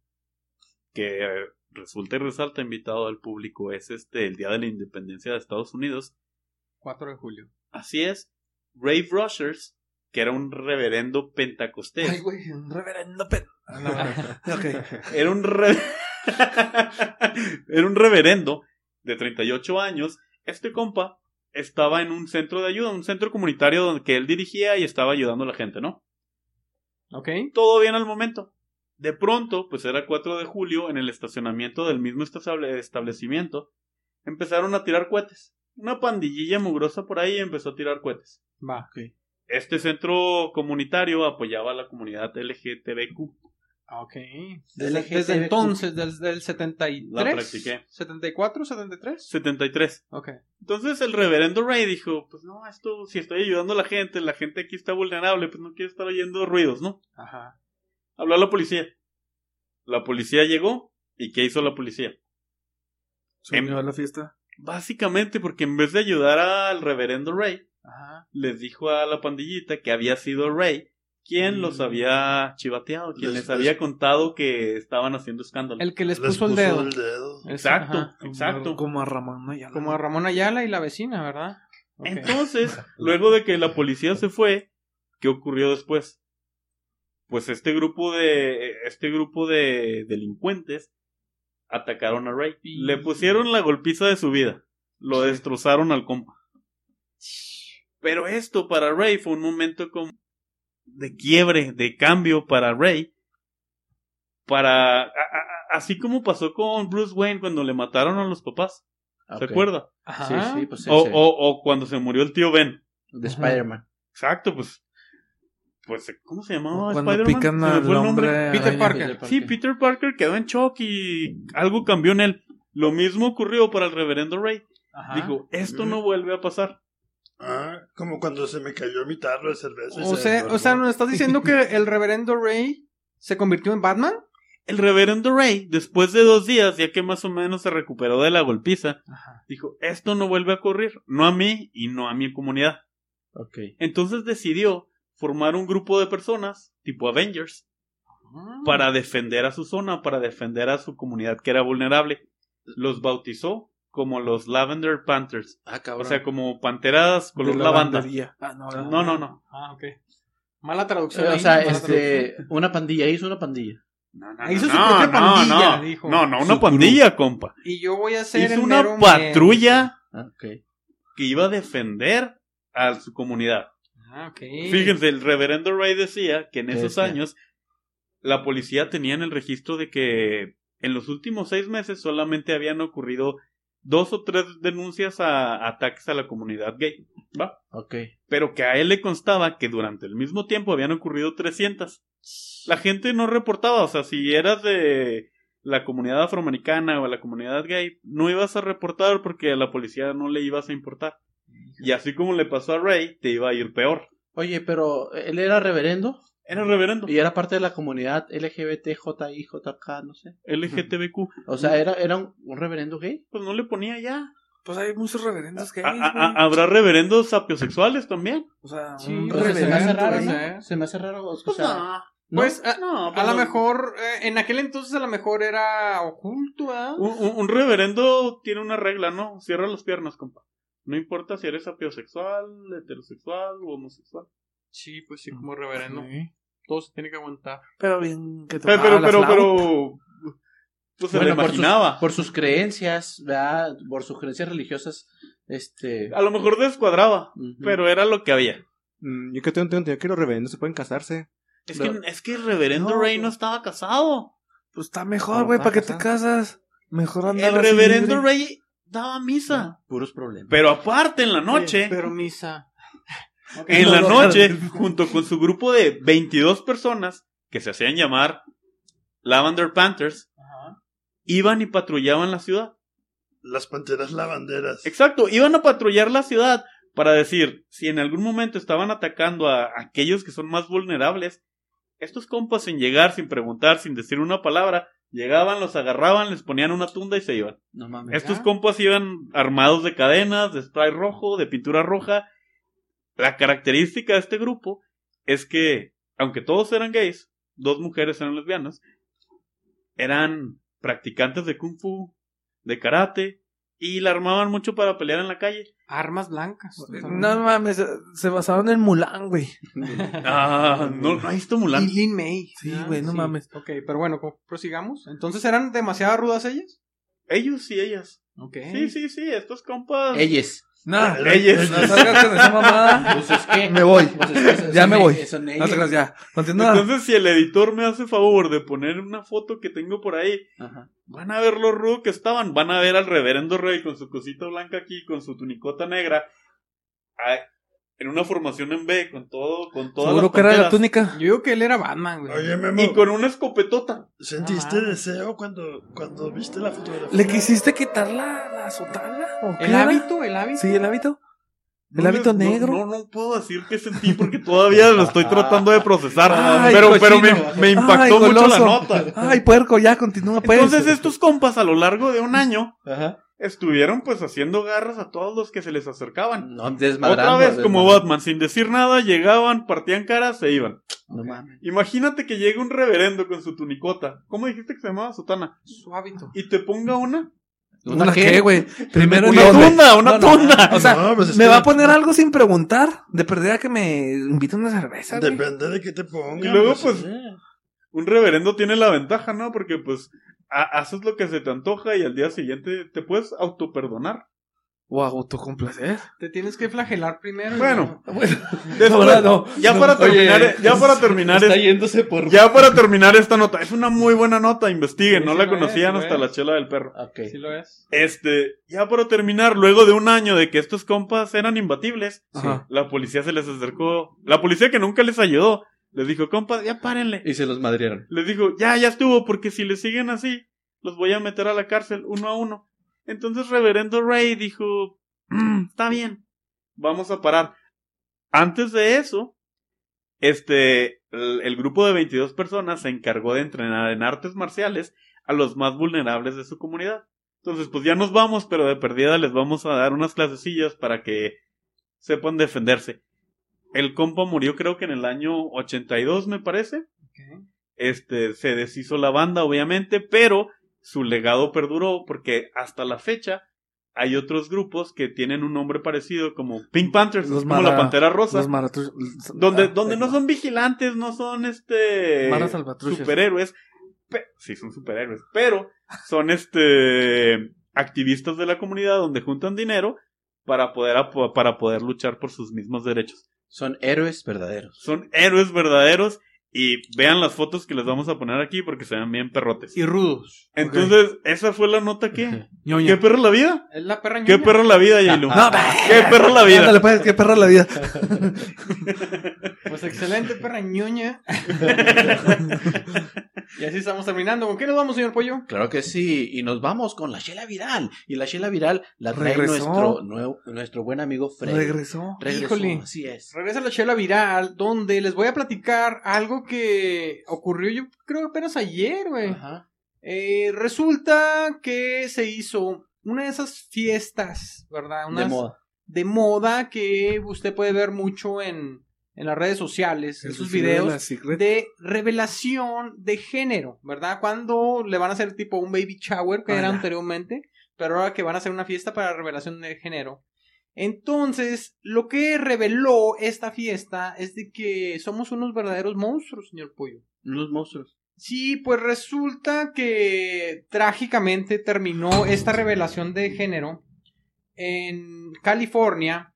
que eh, resulta y resalta invitado al público, es este el Día de la Independencia de Estados Unidos.
4 de julio.
Así es, Ray Rogers, que era un reverendo
Ay,
pentecostés,
güey, un reverendo pe... Ah, no, no. Ok.
era un, re- era un reverendo de 38 años. Este compa estaba en un centro de ayuda, un centro comunitario donde que él dirigía y estaba ayudando a la gente, ¿no?
Ok.
todo bien al momento. De pronto, pues era 4 de julio, en el estacionamiento del mismo estable- establecimiento, empezaron a tirar cohetes. Una pandillilla mugrosa por ahí empezó a tirar cohetes.
Va.
Este centro comunitario apoyaba a la comunidad LGTBQ.
Ah, Ok. Desde,
LGTBQ.
desde entonces, desde el 73.
La practiqué.
74, 73.
73.
Ok.
Entonces el reverendo Ray dijo, pues no, esto, si estoy ayudando a la gente, la gente aquí está vulnerable, pues no quiero estar oyendo ruidos, ¿no?
Ajá.
Habló a la policía. La policía llegó, ¿y qué hizo la policía?
Se unió a la fiesta.
Básicamente porque en vez de ayudar al reverendo Ray,
Ajá.
les dijo a la pandillita que había sido Ray quien los había chivateado, quien les,
Les-
había contado que estaban haciendo escándalo.
El que les,
Les
puso, el dedo.
dedo.
Eso,
Exacto,
ajá.
exacto.
Como a Ramón, ¿no? Ya la-
Como a Ramón Ayala y la vecina, ¿verdad? Ok.
Entonces, luego de que la policía se fue, ¿qué ocurrió después? Pues este grupo de este grupo de delincuentes atacaron a Ray,
Y-
le pusieron la golpiza de su vida, lo destrozaron al compa. Pero esto para Ray fue un momento como de quiebre, de cambio para Ray. Para a- a- a- así como pasó con Bruce Wayne cuando le mataron a los papás, ¿se
Ah, Ok.
acuerda?
Ajá.
Sí, sí, pues sí,
o,
sí.
o- o cuando se murió el tío Ben.
De Spider-Man.
Exacto, pues. Pues, ¿cómo se llamaba?
Cuando
Spider-Man?
pican
Se me
al
fue el nombre.
hombre.
Peter
araña.
Parker.
Sí, Peter Parker quedó en shock y algo cambió en él. Lo mismo ocurrió para el reverendo Ray.
Ajá.
Dijo, esto
Mm.
no vuelve a pasar.
Ah, como cuando se me cayó mi tarro de cerveza. y
O
se
sea,
desbordó.
o sea, ¿nos estás diciendo que el reverendo Ray se convirtió en Batman?
El reverendo Ray, después de dos días, ya que más o menos se recuperó de la golpiza,
Ajá.
dijo, esto no vuelve a ocurrir, no a mí y no a mi comunidad.
Ok.
Entonces decidió formar un grupo de personas, tipo Avengers,
Mm.
para defender a su zona, para defender a su comunidad que era vulnerable. Los bautizó como los Lavender Panthers,
Ah,
o
cabrón.
sea, como panteras
De
color lavanda.
lavandería. Ah, no, no.
No, no, no.
Ah, ok. Mala traducción.
Eh, o
ahí,
sea,
mala
este, una pandilla, hizo una pandilla.
No, no,
Ahí hizo
no,
su
no,
propia
no,
pandilla,
no.
dijo.
No, no, una
Su
pandilla, compa.
Y yo voy a ser
Hizo
el
una
mero
patrulla
Ah, ok.
que iba a defender a su comunidad.
men. Ah, ok.
Fíjense, el reverendo Ray decía que en
¿Qué
esos
decía?
años la policía tenía en el registro de que en los últimos seis meses solamente habían ocurrido dos o tres denuncias a ataques a la comunidad gay, ¿va?
Ok.
Pero que a él le constaba que durante el mismo tiempo habían ocurrido 300. La gente no reportaba, o sea, si eras de la comunidad afroamericana o la comunidad gay, no ibas a reportar porque a la policía no le ibas a importar. Y así como le pasó a Ray, te iba a ir peor.
Oye, pero él era reverendo
Era reverendo.
y era parte de la comunidad LGBTJIJK, no sé.
LGTBQ.
O sea, era, era un, un reverendo gay.
Pues no le ponía ya.
Pues hay muchos reverendos que
A-
hay.
a- a- habrá reverendos sapiosexuales también.
O sea,
Sí,
un
pues,
O sea, se me hace
reverendo.
raro,
güey.
¿no?
¿no? Se me hace raro. O
Pues
sea,
no.
¿no?
Pues a,
No,
a
pues
lo
no.
mejor, eh, en aquel entonces a lo mejor era oculto, ¿ah?
Un, un- un reverendo tiene una regla, ¿no? Cierra las piernas, compa. No importa si eres apiosexual, heterosexual o homosexual.
Sí, pues sí, como reverendo. Todo se tiene que aguantar.
Pero bien que
Eh,
tocaba
pero,
la
pero,
flauta.
pero. Pues se
Bueno,
la imaginaba.
Por sus, por sus creencias, ¿verdad? Por sus creencias religiosas, este...
A lo mejor descuadraba,
ujú.
pero era lo que había.
Mm, yo que tengo entendido que los reverendos se pueden casarse.
Es,
No.
que, es que el reverendo
No,
Rey
güey.
no estaba casado.
Pues está
Pero
mejor, güey,
está
¿para qué te
casado.
casas? Mejor andar
El
así
reverendo
libre.
Rey daba misa.
Puros problemas.
Pero aparte, en la noche,
Pero misa.
en la noche, junto con su grupo de 22 personas que se hacían llamar Lavender Panthers, iban y patrullaban la ciudad.
Las panteras lavanderas.
Exacto, iban a patrullar la ciudad para decir si en algún momento estaban atacando a aquellos que son más vulnerables. Estos compas sin llegar, sin preguntar, sin decir una palabra, llegaban, los agarraban, les ponían una tunda y se iban.
No mames.
Estos
Ah,
compas iban armados de cadenas, de spray rojo, de pintura roja. La característica de este grupo es que, aunque todos eran gays, dos mujeres eran lesbianas, eran practicantes de kung fu, de karate, y la armaban mucho para pelear en la calle.
Armas blancas.
Pues, No mames, se- se basaron en Mulan, güey.
Ah, no, no hay esto Mulan.
Y Lin May.
Sí,
Ah,
güey, no mames.
Ok, pero bueno, co- prosigamos. Entonces eran demasiado rudas ellas.
Ellos y ellas.
Ok.
Sí, sí, sí, estos compas.
Ellas.
No,
Pero-
Ellas.
Ah, no salgas con esa mamada.
Pues es que...
Me voy.
pues es que son-
Ya
son
me voy.
ellas, son
No te creas,
ellas.
ya. Continúa.
Entonces, si el editor me hace favor de poner una foto que tengo por ahí
Ajá.
Van a ver lo rudo que estaban, van a ver al reverendo rey con su cosita blanca aquí, con su tunicota negra, a- en una formación en B, con todo, con todas
Seguro
las
que era la
panteras,
túnica.
Yo digo que él era Batman, güey.
Oye, Memo,
y con una escopetota.
¿sentiste
Ah.
deseo cuando, cuando viste la fotografía?
¿Le quisiste quitar la, la sotana? ¿O qué
el
era?
hábito, el hábito.
Sí, el hábito. El
No
hábito
les- no-
negro.
No, no, puedo decir que sentí porque todavía lo estoy tratando de procesar,
Ay,
pero, pero me,
cochino.
me impactó
Ay,
mucho la
goloso.
nota.
Ay, puerco, ya, continúa, pues.
Entonces estos compas a lo largo de un año
Ajá.
estuvieron pues haciendo garras a todos los que se les acercaban.
No, desmadrando.
Otra vez como
desmadrando.
Batman, sin decir nada, llegaban, partían caras, se iban.
No mames.
Imagínate que llegue un reverendo con su tunicota. ¿Cómo dijiste que se llamaba sotana?
Su hábito.
Y te ponga una.
¿Una, qué, güey? Primero
Una
¿dónde?
tunda, una
No, no.
tunda.
O sea,
No, pues es
¿me
que
va a
de-
poner algo sin preguntar? De perder a que me invite Eh, una cerveza, güey.
Depende de qué te pongan.
Y luego, pues,
eh,
un reverendo tiene la ventaja, ¿no? Porque, pues, ha- haces lo que se te antoja y al día siguiente te puedes autoperdonar.
O autocomplacer.
Te tienes que flagelar primero. y
Bueno,
No,
después-
no,
ya
no.
para
Oye,
terminar, ya para terminar,
Está
es-
yéndose por...
ya para terminar esta nota. Es una muy buena nota, investiguen,
Sí,
no
sí
la
lo es, sí
conocían
lo
hasta
es.
la chela del perro.
Ok.
luego- Sí lo es.
Este, ya para terminar, luego de un año de que estos compas eran imbatibles,
Ajá.
la policía se les acercó. La policía que nunca les ayudó, les dijo, compas, ya párenle.
Y se los madrieron.
Les dijo, ya, ya estuvo, porque si le siguen así, los voy a meter a la cárcel uno a uno. Entonces Reverendo Ray dijo, "Mm, está bien, vamos a parar. Antes de eso, este, el, el grupo de 22 personas se encargó de entrenar en artes marciales a los más vulnerables de su comunidad. Entonces, pues ya nos vamos, pero de perdida les vamos a dar unas clasecillas para que sepan defenderse. El compa murió creo que en el año 82, me parece este, se deshizo la banda, obviamente, pero su legado perduró porque hasta la fecha hay otros grupos que tienen un nombre parecido como Pink Panthers,
Los
como
Mara-
la Pantera Rosa,
Los maratru-
donde,
ah,
donde
eh,
no son vigilantes, no son este
Maras salvatruchas.
superhéroes, pe- sí son superhéroes, pero son este activistas de la comunidad donde juntan dinero para poder apo- para poder luchar por sus mismos derechos
Son héroes verdaderos.
son héroes verdaderos y vean las fotos que les vamos a poner aquí porque se ven bien perrotes.
Y rudos.
Entonces, esa fue la nota que... ¿Qué
Ñoña.
perro la vida?
Es la perra
¿Qué
ñoña.
perro la vida, Yailu?
No,
¿Qué perro la vida?
Ándale, pues, qué perra la vida.
Pues excelente, perra ñoña. y así estamos terminando. ¿Con qué nos vamos, señor Pollo?
Claro que sí, y nos vamos con la Shela Viral. Y la Shela Viral la trae
Regresó.
nuestro, nuevo- nuestro buen amigo Freddy.
Regresó.
Regresó,
Híjole.
así es.
Regresa la chela viral, donde les voy a platicar algo que ocurrió, yo creo, apenas ayer, güey.
Ajá.
Eh, resulta que se hizo una de esas fiestas, ¿verdad? Unas
De moda.
de moda que usted puede ver mucho en, en las redes sociales, en
Esos
sus videos,
la secret-
de revelación de género, ¿verdad? Cuando le van a hacer tipo un baby shower, que era
Ala.
anteriormente, pero ahora que van a hacer una fiesta para revelación de género. Entonces, lo que reveló esta fiesta es de que somos unos verdaderos monstruos, señor Pollo.
Unos monstruos.
Sí, pues resulta que trágicamente terminó esta revelación de género en California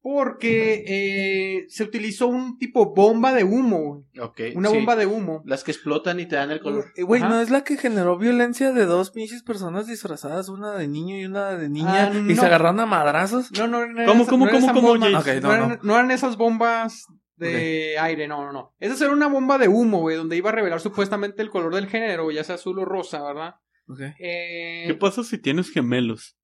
porque eh, se utilizó un tipo bomba de humo, güey.
Ok.
una
sí.
bomba de humo.
Las que explotan y te dan el color.
Eh, Güey,
Ajá.
¿no es la que generó violencia de dos pinches personas disfrazadas, una de niño y una de niña,
Ah,
y
no.
se agarraron a madrazos?
No, no, no. eran
¿Cómo,
esa-
cómo,
no eran
cómo,
esas
cómo,
bombas-
James? Ok,
no,
no,
eran,
no.
no eran esas bombas de aire, no, no, no. Esa era una bomba de humo, güey, donde iba a revelar supuestamente el color del género, ya sea azul o rosa, ¿verdad?
Ok.
Eh,
¿Qué pasa si tienes gemelos?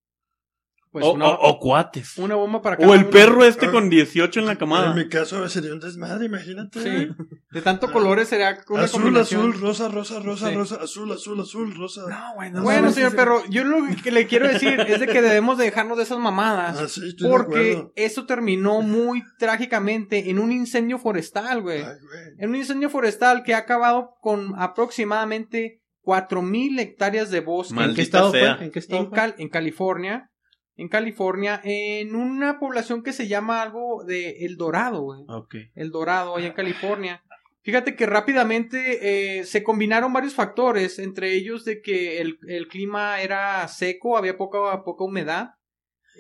pues
o,
una,
o- o cuates.
una bomba para cada
o el
uno.
perro este con 18 en la
En
camada.
mi caso sería un desmadre, imagínate. ¿eh?
Sí. De tanto colores sería una
Azul,
combinación.
azul, rosa, rosa, rosa,
Sí.
rosa, azul, azul, azul, rosa. Ah,
No, güey, no
Bueno,
mames,
señor
sí,
perro, yo lo que le quiero decir es de que debemos de dejarnos de esas mamadas.
Ah, sí, estoy de
Porque
acuerdo.
eso terminó muy trágicamente en un incendio forestal, güey.
Ay, güey.
En un incendio forestal que ha acabado con aproximadamente 4.000 hectáreas de bosque
Maldita
¿En qué estado
sea.
fue? ¿En qué estado
en,
fue?
Cal- en California. En California, en una población que se llama algo de El Dorado, güey.
Ok.
El Dorado, allá en California. Fíjate que rápidamente eh, se combinaron varios factores, entre ellos de que el, el clima era seco, había poca, poca humedad,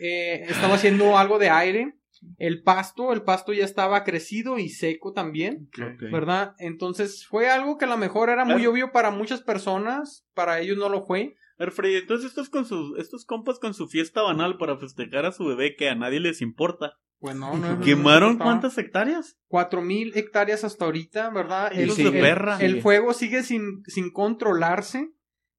eh, estaba haciendo algo de aire, el pasto, el pasto ya estaba crecido y seco también, ¿verdad? Entonces fue algo que a lo mejor era muy
Claro.
obvio para muchas personas, para ellos no lo fue.
Alfredo, entonces estos, con sus, estos compas con su fiesta banal para festejar a su bebé que a nadie les importa.
Bueno, Pues no, no,
¿Quemaron
no, no,
cuántas hectáreas?
cuatro mil hectáreas hasta ahorita, ¿verdad?
Y
El,
sigue,
el-
perra.
el
sigue.
fuego sigue sin, sin controlarse.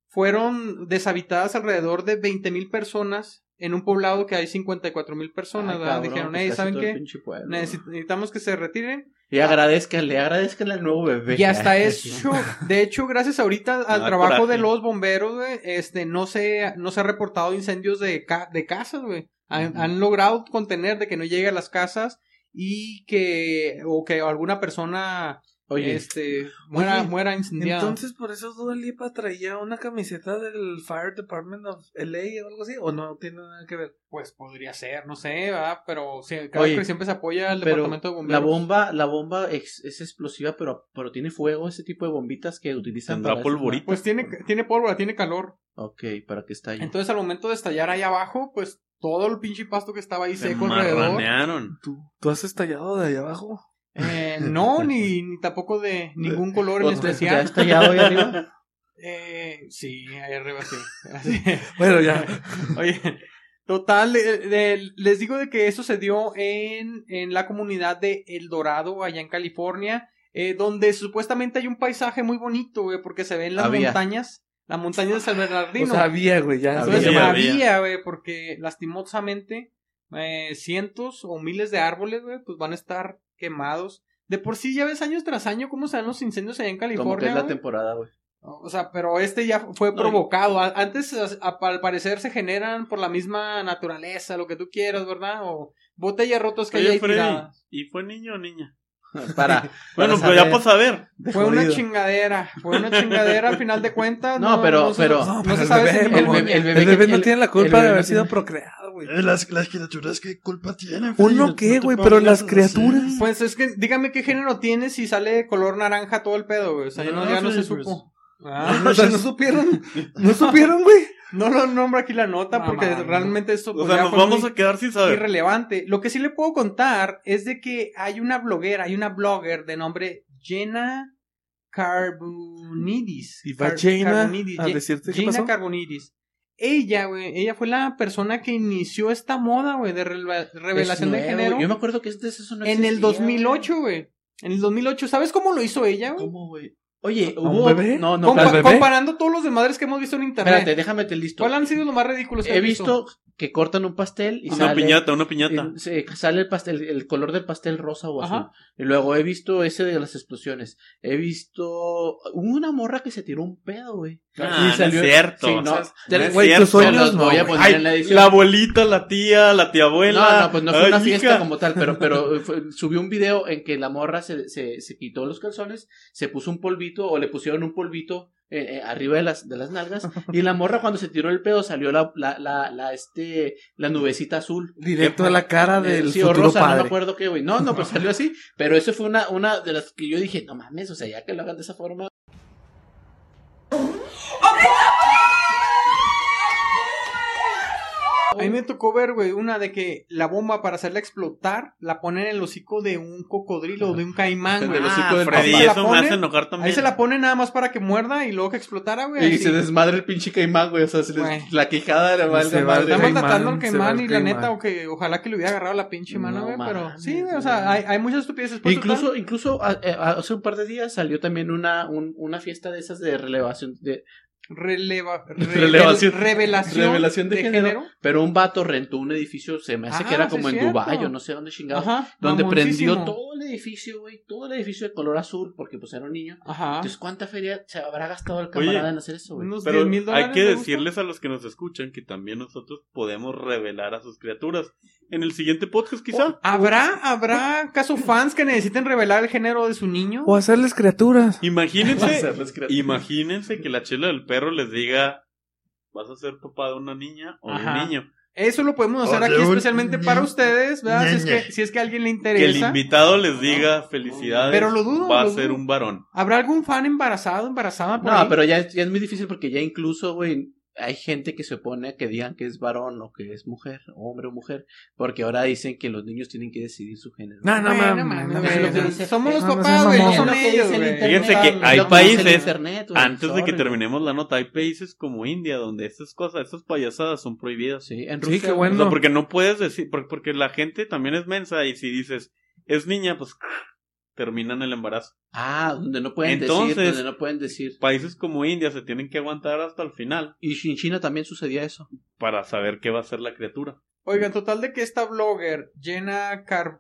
Fueron deshabitadas alrededor de 20 mil personas en un poblado que hay 54 mil personas,
Ay,
¿verdad?
cabrón,
Dijeron,
pues
"Ey,
casi
¿saben
todo el
qué?
pinche pueblo.
Necesit- necesitamos que se retiren.
Y agradezcanle, agradezcanle al nuevo bebé.
Y hasta eso, de hecho, gracias ahorita al
Ah,
trabajo
coraje.
de los bomberos, güey, este, no se, no se ha reportado incendios de, ca- de casas, güey. Han, han logrado contener de que no llegue a las casas y que, o que alguna persona
Oye,
este, muera,
Oye,
muera incendiado.
Entonces, por eso Dua Lipa traía una camiseta del Fire Department of LA o algo así, o no tiene nada que ver.
pues podría ser, no sé, ¿verdad? Pero sí, claro
Oye,
que siempre se apoya al
pero
departamento de bomberos.
la bomba, la bomba ex- es, explosiva, pero, pero tiene fuego, ese tipo de bombitas que utilizan.
Tendrá
para esas-
polvorita.
Pues tiene, tiene pólvora, tiene calor.
Ok, para que está ahí.
Entonces al momento de estallar ahí abajo, pues todo el pinche pasto que estaba ahí
Se
seco alrededor.
marranearon.
¿Tú, tú has estallado de allá abajo?
Eh, no, ni, ni tampoco de ningún color en
¿O te- ¿Te ha
especial.
estallado ahí arriba?
Eh, sí, ahí arriba sí. Así.
Bueno, ya.
Oye, total, eh, eh, les digo de que eso se dio en, en la comunidad de El Dorado, allá en California, eh, donde supuestamente hay un paisaje muy bonito, güey, porque se ven las
Había.
montañas, las montañas de San
O
Bernardino.
sea, había, güey, ya.
Había.
Entonces,
había.
había, güey, porque lastimosamente eh, cientos o miles de árboles, güey, pues van a estar quemados. De por sí, ya ves año tras año cómo se dan los incendios allá en
Como que
California.
es la
güey.
temporada, güey.
O sea, pero este ya fue provocado. A- Antes, a- a- al parecer, se generan por la misma naturaleza, lo que tú quieras, ¿verdad? O botellas rotas que hay
Oye,
ahí
Freddy,
tiradas.
¿y fue niño o niña?
Para.
Bueno,
para
pues ya
saber.
para saber.
Fue una
jodido.
chingadera. Fue una chingadera al final de cuentas.
No, pero-
se-
pero-
no,
pero
se
el
sabe
bebé,
si niño o
el
niña.
bebé- El bebé no tiene la culpa de haber sido procreado, güey.
Eh, Las, las criaturas, ¿qué culpa tienen?
¿Uno
Freddy?
qué,
No te
güey? Pero
pongas
las
así.
criaturas.
Pues es que, dígame qué género tiene si sale de color naranja todo el pedo, güey. O sea, ya no,
No,
ya no se
Freddy, pues.
supo. Ah,
O sea, no supieron. No supieron, güey.
No lo nombro aquí la nota
No
porque
mames.
realmente esto
O
pues,
sea,
ya
nos
fue
vamos
muy
a quedar sin saber.
irrelevante. Lo que sí le puedo contar es de que hay una bloguera, hay una blogger de nombre Jenna Carbonidis.
Y va
Car-
Jaina
Carbonidis.
a
Ye-
decirte qué
Gina
pasó.
Carbonidis. Ella, güey, ella fue la persona que inició esta moda, güey, de rela- revelación de
Es nuevo.
género
Yo me acuerdo que antes eso no
en el
existía,
2008, güey. En el 2008, ¿sabes cómo lo hizo ella,
güey.
güey?
¿Cómo, güey? Oye,
un
hubo.
bebé?
No, no,
Compa-
espérate,
bebé?
comparando todos los desmadres que hemos visto en internet. pues,
espérate, déjame te listo.
¿Cuál han sido los más ridículos que
He
han
visto que cortan un pastel y
Una
sale-
piñata, una piñata.
en- se- sale el pastel, el color del pastel rosa o azul.
Ajá.
Y luego he visto ese de las explosiones. He visto hubo una morra que se tiró un pedo, güey.
Ah,
Y
no es
salió-
cierto.
Sí,
O sea,
no, te-
no es
güey,
cierto.
tus sueños
Te
los
no,
voy a
güey.
poner en
Ay,
la edición.
La abuelita, la tía, la tía abuela.
No, no, pues no fue
Ay,
una fiesta
hija.
como tal, pero, pero eh, fue- subió un video en que la morra se, se, se quitó los calzones, se puso un polvito o le pusieron un polvito eh, eh, arriba de las, de las nalgas y la morra cuando se tiró el pedo salió la, la, la, la, este, la nubecita azul.
Directo a la cara
Eh,
del
sí, o
futuro
rosa, no me
padre.
acuerdo qué, güey. No, no, pues salió así, pero eso fue una, una de las que yo dije, no mames, o sea, ya que lo hagan de esa forma.
visto? A mí me tocó ver, güey, una de que la bomba para hacerla explotar la ponen en el hocico de un cocodrilo o de un caimán, güey.
En el hocico del
Ah, Freddy,
papá. ¿Se la
eso me hace
ponen?
enojar también.
Ahí se la ponen nada más para que muerda y luego que explotara, güey.
Y
así.
se desmadre el pinche caimán, güey, o sea, se les-
Güey.
la quejada le valga
Se va
madre.
el
Estamos
caimán,
tratando al
se
caimán
va
y
el
la
caimán.
neta, o que ojalá que le hubiera agarrado la pinche mano,
No
güey, pero
mames,
sí, güey, o
güey.
sea, hay, hay muchas estupideces. pues,
Incluso,
total.
incluso a- eh, a- hace un par de días salió también una, un- una fiesta de esas de relevación, de,
Releva, re-
Relevación.
revelación,
Revelación de
de,
género.
género.
pero un vato rentó un edificio, se me hace
Ah,
que era
sí,
como
es
en
cierto.
Dubái o no sé dónde chingado,
Ajá.
donde prendió
mamoncísimo.
todo el edificio, güey, todo el edificio de color azul, porque pues era un niño.
Ajá.
Entonces, ¿cuánta feria se habrá gastado el camarada
Oye,
en hacer eso, güey?
Unos
Pero
10 mil dólares.
hay que
¿le gusta?
decirles a los que nos escuchan que también nosotros podemos revelar a sus criaturas. En el siguiente podcast,
Oh.
quizá.
¿Habrá, habrá acaso fans que necesiten revelar el género de su niño?
O hacerles criaturas.
Imagínense,
Hacerles creer.
imagínense que la chela del perro les diga: ¿Vas a ser papá de una niña o de
Ajá.
un niño?
Eso lo podemos hacer
O de
aquí
un
especialmente para
ñe-
ustedes, ¿verdad? Si es,
ñeñe.
que, si es que a alguien le
Que el
interesa.
invitado les diga: Felicidades.
Pero lo dudo,
Va
lo
a ser
dudo.
un varón.
¿Habrá algún fan embarazado, embarazada? por ahí?
No, pero ya, es- ya es muy difícil porque ya incluso, güey, hay gente que se opone a que digan que es varón o que es mujer, hombre o mujer, porque ahora dicen que los niños tienen que decidir su género.
No, no,
Bueno,
mames,
mames,
no
güey,
mames.
o sea, Somos los
No, no
papás,
seas
güey, no
mamón.
son
Es lo que dice
ellos,
el
güey.
internet.
Fíjense que
Es
hay
lo que dice el
países,
internet, güey,
Antes de que
sorry, güey.
terminemos la nota, hay países como India donde estas cosas, estas payasadas son prohibidas.
Sí, en
Sí,
Rusia.
qué
güey.
O
bueno.
sea, porque no puedes decir, por- porque la gente también es mensa y si dices, es niña, pues terminan el embarazo.
Ah, donde no pueden decir,
Entonces-
donde no pueden decir.
Países como India se tienen que aguantar hasta el final
Y en China también sucedía eso.
para saber qué va a ser la criatura.
Oigan, total de que esta blogger, Jenna Car-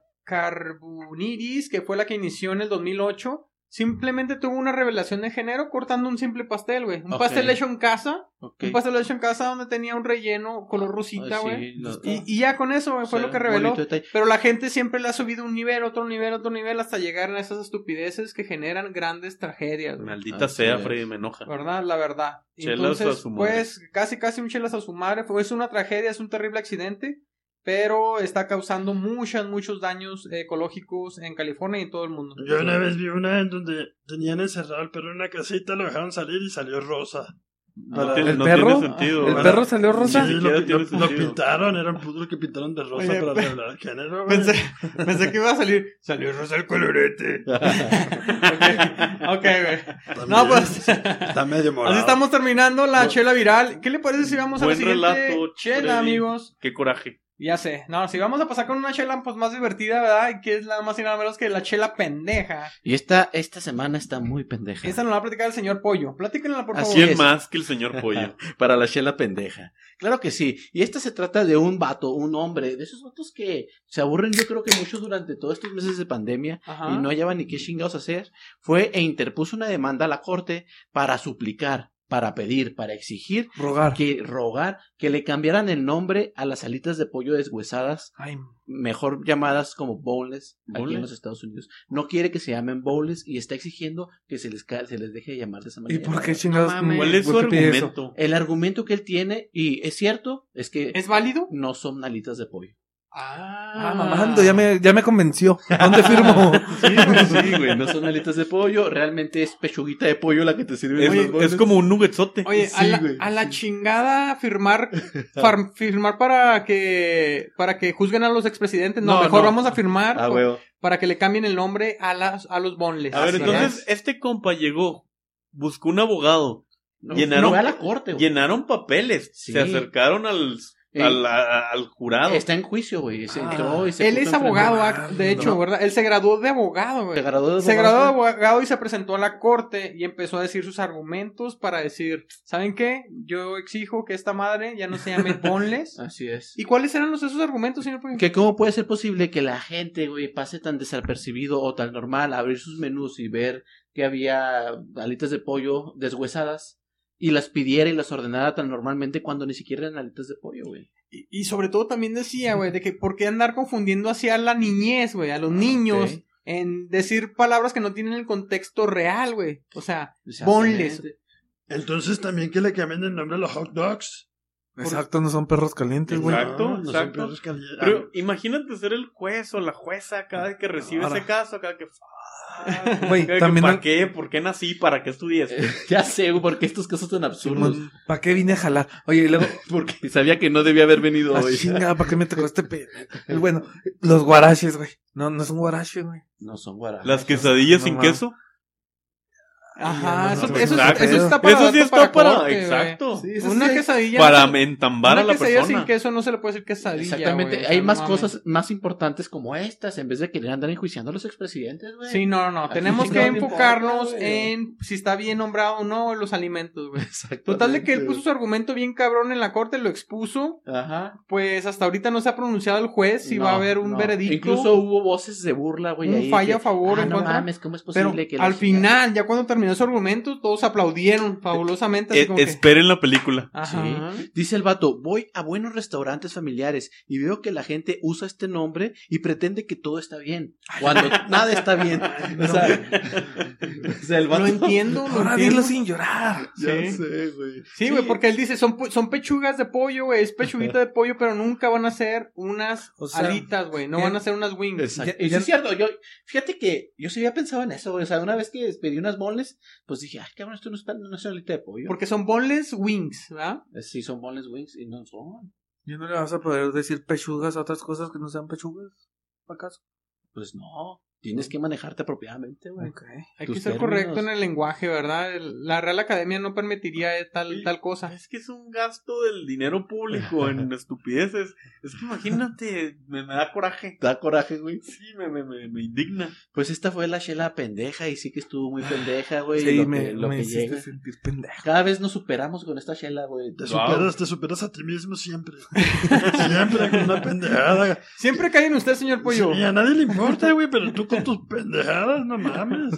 Carboniris, que fue la que inició en el 2008, simplemente tuvo una revelación de género cortando un simple pastel, güey. Un
Ok.
pastel hecho en casa,
Ok.
un pastel hecho en casa donde tenía un relleno color rosita,
Ah, sí,
güey.
lo-
Y, y ya con eso, güey, fue
sí,
lo que reveló.
bonito detalle.
Pero la gente siempre le ha subido un nivel, otro nivel, otro nivel, hasta llegar a esas estupideces que generan grandes tragedias, güey.
Maldita
Así
sea,
es.
Freddy, me enoja.
¿Verdad? La verdad. Y
Chelas
Entonces,
a su madre.
pues, casi casi un chelas a su madre. Fue, es una tragedia, es un terrible accidente, pero está causando muchos, muchos daños ecológicos en California y en todo el mundo.
Yo una vez vi una en donde tenían encerrado al perro en una casita, lo dejaron salir y salió rosa.
No,
Ah,
tiene,
¿el
no
perro?
tiene sentido.
¿El
Bueno,
¿verdad?
perro salió
Sí,
rosa?
Ni
lo,
siquiera
pi-
tiene
lo-
sentido.
lo pintaron, era un pudro que pintaron de rosa
Oye,
para
pe-
revelar el género. güey.
Pensé, pensé que iba a salir. Salió rosa el colorete. ok, güey.
También
No, pues.
Está medio morado.
Así estamos terminando la
Bueno.
chela viral. ¿Qué le parece si vamos a la
Buen
siguiente
relato,
chela,
Freddy.
amigos?
Qué coraje.
Ya sé. No, si vamos a pasar con una chela pues más divertida, ¿verdad? Y que es nada más y nada menos que la chela pendeja.
Y esta, esta semana está muy pendeja.
Esta nos la va a platicar el señor Pollo. Platíquenla, por
Así
favor.
¿Quién
es.
más que el señor Pollo?
Para la chela pendeja. Claro que sí. Y esta se trata de un vato, un hombre, de esos vatos que se aburren yo creo que mucho durante todos estos meses de pandemia
Ajá.
y no hallaban ni qué chingados hacer. Fue e interpuso una demanda a la corte para suplicar, para pedir, para exigir
Rogar.
que rogar que le cambiaran el nombre a las alitas de pollo deshuesadas,
Ay,
mejor llamadas como bowls aquí
Boneless.
en los Estados Unidos. No quiere que se llamen bowls y está exigiendo que se les, ca- se les deje llamar de esa
¿Y
manera.
por qué chingados?
Mames.
¿Cuál es su
¿por qué pide eso?
argumento?
El argumento que él tiene, y es cierto, es que
¿Es válido?
no son alitas de pollo.
Ah,
Ah, mamando, ya me, ya me convenció. ¿Dónde firmo?
Sí, güey, no son alitas de pollo, realmente es pechuguita de pollo la que te sirve. en los
Es,
bowls.
es como un nuggetsote.
Oye, a,
Sí,
la,
güey,
a la chingada firmar far- firmar para que para que juzguen a los expresidentes. No,
No,
mejor
no.
vamos a firmar
Ah,
por-
huevo.
para que le cambien el nombre a las a los bonles.
A ver,
Así
entonces, este compa llegó, buscó un abogado,
No,
Llenaron-
no va a la corte, güey.
llenaron papeles,
Sí.
se acercaron al al, a- al jurado.
este,
Está en juicio, güey. Se
Ah.
entró y se
Él
puso
es
enfrente.
abogado,
Ah,
ah, de hecho,
no.
¿verdad? Él se graduó de abogado, güey.
Se graduó de
Se
abogado.
graduó de abogado y se presentó a la corte y empezó a decir sus argumentos para decir, ¿saben qué? Yo exijo que esta madre ya no se llame Ponles.
Así es.
¿Y cuáles eran los, esos argumentos, señor? Pollo?
Que cómo puede ser posible que la gente, güey, pase tan desapercibido o tan normal a abrir sus menús y ver que había alitas de pollo deshuesadas y las pidiera y las ordenara tan normalmente cuando ni siquiera eran alitas de pollo, güey.
Y, y sobre todo también decía, güey, de que por qué andar confundiendo así a la niñez, güey, a los niños
Ok.
en decir palabras que no tienen el contexto real, güey. O sea, Boneless.
Exactamente.
Entonces también que le cambien el nombre a los hot dogs.
Exacto, no son perros calientes, güey.
Exacto,
No, no son
exacto.
perros calientes.
Pero imagínate ser el juez o la jueza cada vez que recibe
Ahora.
ese caso, cada que...
Güey,
cada que,
también
¿Para
no- Eh,
qué? ¿Por qué nací? ¿Para qué estudié? esto?
ya sé, güey, porque estos casos tan absurdos.
¿Para Pues, qué vine a jalar? Oye, y luego,
Porque sabía que no debía haber venido
ah,
hoy.
chingada, ¿para qué me tocó este pe... El bueno, los guaraches, güey. No, no son guaraches, güey.
No son guaraches.
¿Las quesadillas
No
sin
mames.
queso?
ajá,
no,
eso,
no,
eso-
exacto.
eso está para
Eso sí
dato
está para...
corte, güey.
Exacto.
Sí, eso
Una
sí.
quesadilla.
Para
no se-
entambar a
una
la
quesadilla
persona.
sin queso no se le puede decir quesadilla.
Exactamente.
güey, o
Hay
sea, no
más
mames.
cosas más importantes como estas en vez de querer andar enjuiciando a los expresidentes, güey.
Sí, no, no, no.
Así
Tenemos
sí,
que
no, bien
enfocarnos
verga, güey.
en si está bien nombrado o no en los alimentos, güey.
Exactamente.
Total de que él puso su argumento bien cabrón en la corte, lo expuso.
Ajá.
Pues hasta ahorita no se ha pronunciado el juez si va a
No,
haber un
no.
veredicto.
Incluso hubo voces de burla, güey.
Un
ahí
fallo
que,
a favor o
Ah,
en
no
contra".
mames, ¿cómo es posible
Pero
que la
al
chingada-
final, ya cuando terminó su argumento, todos aplaudieron fabulosamente. así
Eh,
como que,
esperen la película.
Ajá.
Dice el vato, voy a buenos restaurantes familiares y veo que la gente usa este nombre y pretende que todo está bien. Cuando nada está bien. O sea, o sea, el vato... Ah,
Lo entiendo, lo
Ahora
entiendo.
dilo sin llorar.
Sí.
sé, güey.
Sí, güey, porque él dice, son, pu- son pechugas de pollo, güey, es pechuguita de pollo, pero nunca van a ser unas
O sea,
alitas, güey, no
bien.
van a ser unas wings.
Exacto. Y
Ya-
sí
ya-
es cierto, yo, fíjate que yo sí había pensado en eso, güey. O sea, una vez que pedí unas bonles, pues dije, ay, cabrón, esto no está no es una alita de pollo. Eh,
Porque son boneless wings, ¿verdad?
Sí, son boneless wings y no son.
¿Ya no le vas a poder decir pechugas a otras cosas que no sean pechugas? ¿Acaso?
Pues no, tienes que manejarte apropiadamente, güey.
Ok.
Hay
Tus
que ser
términos.
correcto en el lenguaje, ¿verdad? El- La Real Academia no permitiría eh, tal,
Sí.
tal cosa.
Es que es un gasto del dinero público en estupideces. Es que imagínate, me, me da coraje.
Da coraje, güey.
Sí, me, me, me, me indigna.
Pues esta fue la Shela pendeja y sí que estuvo muy pendeja, güey.
Sí,
lo que-
me,
lo
me
que
hiciste
llega.
sentir pendejo.
Cada vez nos superamos con esta Shela, güey.
Te
Entonces,
Wow.
superas, te superas a ti mismo siempre. siempre con una pendejada.
Siempre cae en usted, señor Pollo.
Sí, a nadie le importa, güey, pero tú con tus pendejadas, no mames.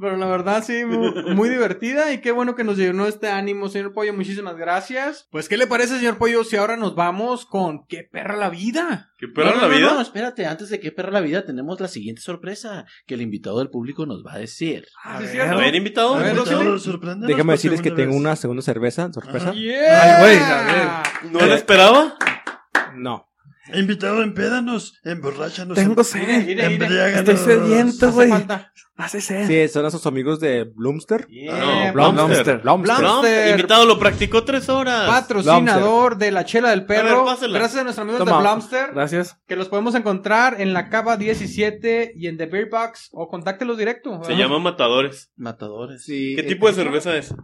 Pero la verdad, sí, mu- muy divertida y qué bueno que nos llenó este ánimo, señor Pollo. Muchísimas gracias. Pues, ¿qué le parece, señor Pollo, si ahora nos vamos con qué perra la vida?
¿Qué perra
no, no,
la
no,
vida?
no, espérate, antes de que perra la vida, tenemos la siguiente sorpresa que el invitado del público nos va a decir.
Ah,
A
sí, es
ver,
A
cierto.
ver, invitado.
A ver,
¿no?
invitado.
Déjame decirles que tengo una segunda cerveza, sorpresa.
Yeah.
Ay, güey, a
¿No la esperaba?
No.
Invitado, empédanos, emborráchanos. em-
Tengo
Mire,
sed.
mire, mire.
embriáganos.
Estoy sediento,
Hace
güey.
falta.
Hace sed.
Sí, son esos amigos de Bloomster.
Eh,
No,
Blomster.
Blomster. Blom-
Blomster.
Invitado, lo practicó tres horas.
Patrocinador de la chela del
A
perro.
ver, pásela.
Gracias a nuestros amigos
Toma.
de Blumster.
Gracias.
que los podemos encontrar en la cava 17 y en The Beer Box o contáctelos directo. ¿verdad?
Se llama Matadores.
Matadores.
Sí,
¿Qué
eh,
tipo de cerveza es?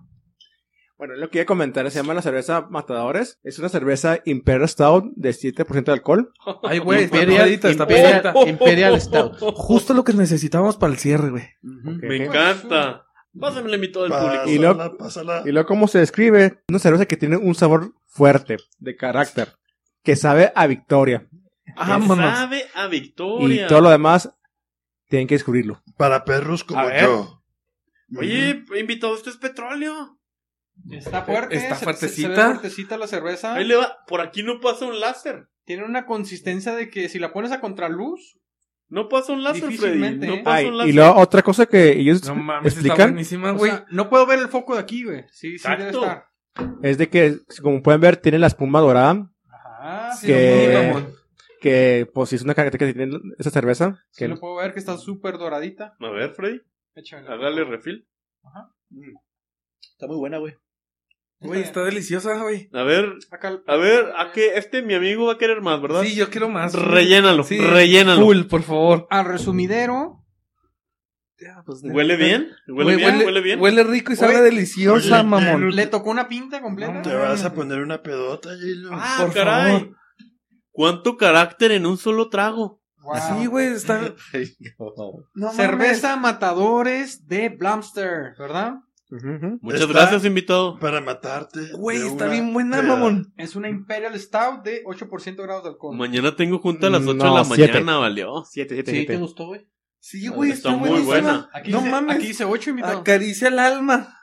Bueno, lo que iba a comentar se llama la cerveza Matadores. Es una cerveza Imperial Stout de 7% de alcohol.
Ay, güey, está
Imperial,
pegadita, está
Imperial,
pegadita.
Imperial Stout.
Justo lo que necesitábamos para el cierre, güey.
Ujú.
Ok.
Me encanta. Pásame el invitado del
Pásala,
público.
pásala.
Y luego, ¿cómo se describe? Es Una cerveza que tiene un sabor fuerte, de carácter, que sabe a victoria.
Que
Vámonos.
Sabe a
Y
victoria.
todo lo demás, tienen que descubrirlo.
Para perros como
A ver.
yo.
Oye, invitado, esto es petróleo.
Está fuerte.
Está
se- se-
fuertecita.
se ve fuertecita la cerveza.
Ahí le va. Por aquí no pasa un láser.
Tiene una consistencia de que si la pones a contraluz,
No pasa un láser, Freddy.
Difícilmente, ¿eh?
No pasa
Ay,
un
y
lácer.
luego, otra cosa que ellos
No mames, está
explican
buenísima,
o
Ah, güey.
sea, no puedo ver el foco de aquí, güey. Sí, sí, debe
Exacto.
estar.
es de que, como pueden ver, tiene la espuma dorada,
Ajá, Ah, sí,
Que-
lo puedo ver.
que pues sí es una característica que tiene esa cerveza.
Sí
Que
lo puedo ver que está súper doradita.
A ver, Freddy.
Échamela.
Hágale refil.
Está muy buena, güey.
Güey, está deliciosa, güey.
A ver,
Acá-
a ver, a que este mi amigo va a querer más, ¿verdad?
Sí, yo quiero más. güey.
Rellénalo,
Sí.
rellénalo.
Full, por favor.
Al resumidero,
Ya, pues, neta.
¿Huele bien? ¿Huele
Güey,
bien? ¿Huele bien?
Huele rico y sabe
Güey,
deliciosa,
oye,
mamón.
Nenu,
Le tocó una pinta completa.
Te vas a poner una pedota, Jaylo.
¡Ah,
por
caray!
favor.
¿Cuánto carácter en un solo trago?
Wow.
Sí, güey, está. No mames.
Cerveza Matadores de Blumster, ¿verdad?
Muchas
Está-
gracias, invitado.
Para matarte.
Güey,
de
está
una
bien buena,
peda.
mamón.
Es una Imperial Stout de 8% grados de alcohol.
Mañana tengo junta a las 8 de
No,
la
siete.
mañana, valió.
Siete, siete,
Sí,
siete.
te gustó, güey.
Sí, güey,
Está
está,
muy
buenísima.
Aquí
no
dice,
mames.
Aquí dice 8, invitado.
Acaricia el alma.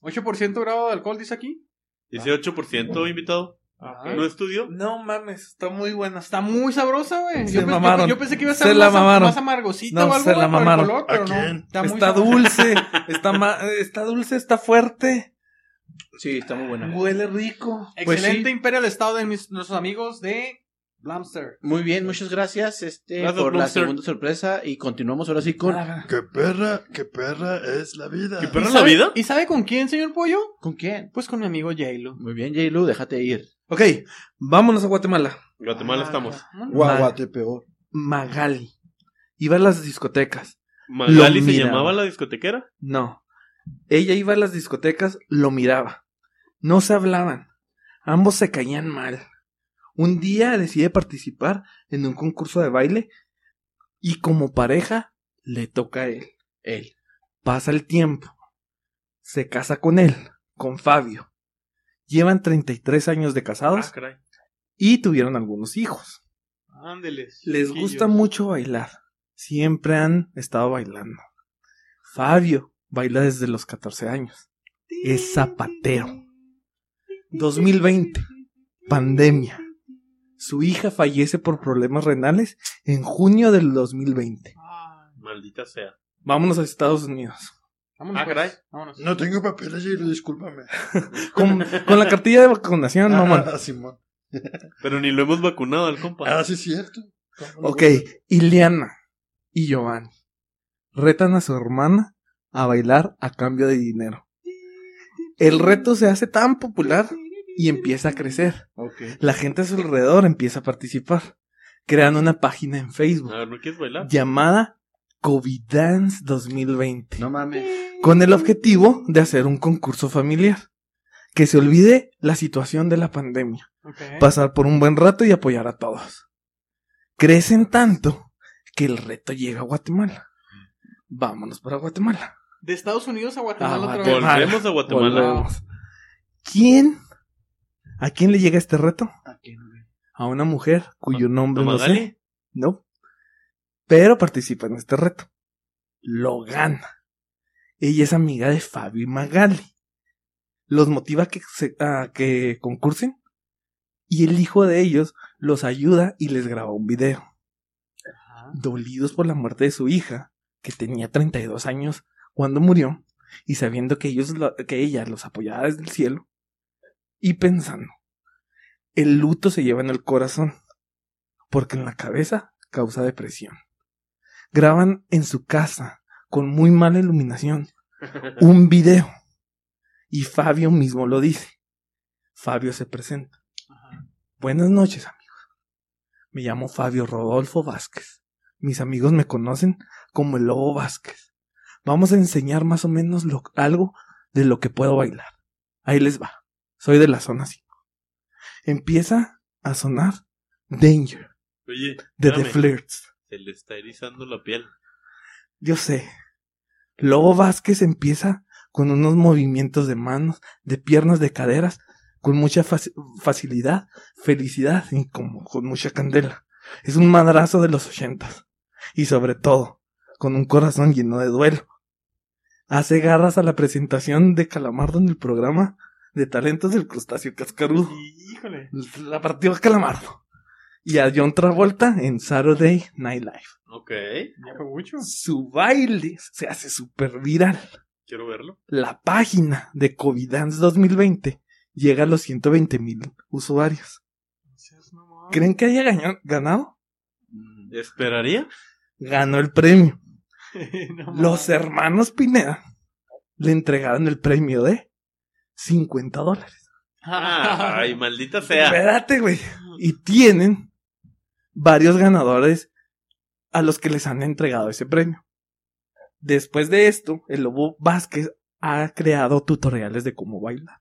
8% grado de alcohol, dice aquí.
18% invitado. ¿No estudió?
No mames, está muy buena.
Está muy sabrosa, güey.
Se
Yo, pe- yo
mamaron.
pe- yo pensé que iba a
Se
ser
la
más, am-
mamaron.
más amargosita
No,
o algo
se
güey,
la
por el
mamaron.
color, pero
¿A
no.
quién?
Está, muy
Está
sabrosa.
dulce, está, ma- está dulce, está fuerte,
Sí, está muy buena.
huele rico. Pues sí.
Excelente Imperial Stout de mis- nuestros amigos de Blumster.
Muy bien, muchas gracias este,
Gracias,
por la
Blumster.
segunda sorpresa y continuamos ahora sí
Ah.
con...
Qué perra, qué perra es la vida.
¿Qué perra
¿Y
la
sabe-
vida?
¿Y sabe con quién, señor Pollo?
¿Con quién?
Pues con mi amigo Jaylo.
Muy bien, J-Lu, déjate ir.
Ok, vámonos a Guatemala.
Guatemala estamos.
Guaguatepeor.
Magali. Iba a las discotecas.
¿Magali
Lo
se
miraba.
llamaba la discotequera?
No. Ella iba a las discotecas, lo miraba. No se hablaban. Ambos se caían mal. Un día decide participar en un concurso de baile y como pareja le toca a él.
Él.
Pasa el tiempo. Se casa con él, con Fabio. Llevan 33 años de casados
Ah, caray.
y tuvieron algunos hijos.
Ándeles.
Les
chiquillos.
gusta mucho bailar. Siempre han estado bailando. Fabio baila desde los 14 años. Es zapatero. 2020. Pandemia. Su hija fallece por problemas renales en junio del 2020.
Ah,
Maldita sea.
Vámonos a Estados Unidos.
vámonos,
Ah,
pues,
caray.
vámonos.
No tengo papeles, J-Lo, discúlpame.
Con, con la cartilla de vacunación, mamón.
Ah, Simón.
Pero ni lo hemos vacunado al
Pues.
compa.
Ah, sí, es cierto. ¿Cómo no?
Ok, Ileana y Giovanni retan a su hermana a bailar a cambio de dinero. El reto se hace tan popular y empieza a crecer. La gente a su alrededor empieza a participar. Crean una página en Facebook
A ver, ¿no quieres bailar?
llamada COVID Dance 2020
No mames.
con el objetivo de hacer un concurso familiar que se olvide la situación de la pandemia
Ok.
pasar por un buen rato y apoyar a todos. Crecen tanto que el reto llega a Guatemala. Vámonos para Guatemala.
De Estados Unidos a
Ah,
Guatemala otra vez.
Guatemala.
Volvemos a Guatemala.
Volvemos. ¿Quién? ¿A quién le llega este reto? A una mujer cuyo nombre
¿A
no
Magali?
sé. No. Pero participa en este reto. Lo gana. Ella es amiga de Fabio y Magali. Los motiva a que, se- a que concursen. Y el hijo de ellos los ayuda y les graba un video. Dolidos por la muerte de su hija, que tenía 32 años cuando murió, y sabiendo que, ellos lo- que ella los apoyaba desde el cielo, y pensando, el luto se lleva en el corazón, porque en la cabeza causa depresión. Graban en su casa, con muy mala iluminación, un video. Y Fabio mismo lo dice. Fabio se presenta. Buenas noches, amigos. Me llamo Fabio Rodolfo Vázquez. Mis amigos me conocen como el Lobo Vázquez. Vamos a enseñar más o menos lo- algo de lo que puedo bailar. Ahí les va. Soy de la zona 5. Empieza a sonar Danger
Oye,
de The
espérame.
Flirts.
se le está erizando la piel.
Yo sé. Lobo Vázquez empieza con unos movimientos de manos, de piernas, de caderas, con mucha faci- facilidad, felicidad y como con mucha candela. Es un madrazo de los ochentas. Y sobre todo, con un corazón lleno de duelo. Hace garras a la presentación de Calamardo en el programa de talentos del crustáceo cascarudo.
Híjole.
La partió a Calamardo. Y a John Travolta en Saturday Night Live.
Ok,
Ya fue mucho.
Su baile se hace súper viral.
quiero verlo.
La página de Covidance 2020 llega a los 120 mil usuarios. ¿Creen que haya gaña- ganado?
Mm, ¿Esperaría?
Ganó el premio.
No mames.
Los hermanos Pineda le entregaron el premio de 50 dólares.
Ah, Ay, maldita sea.
Espérate, güey. Y tienen varios ganadores a los que les han entregado ese premio. Después de esto, el Lobo Vázquez ha creado tutoriales de cómo bailar,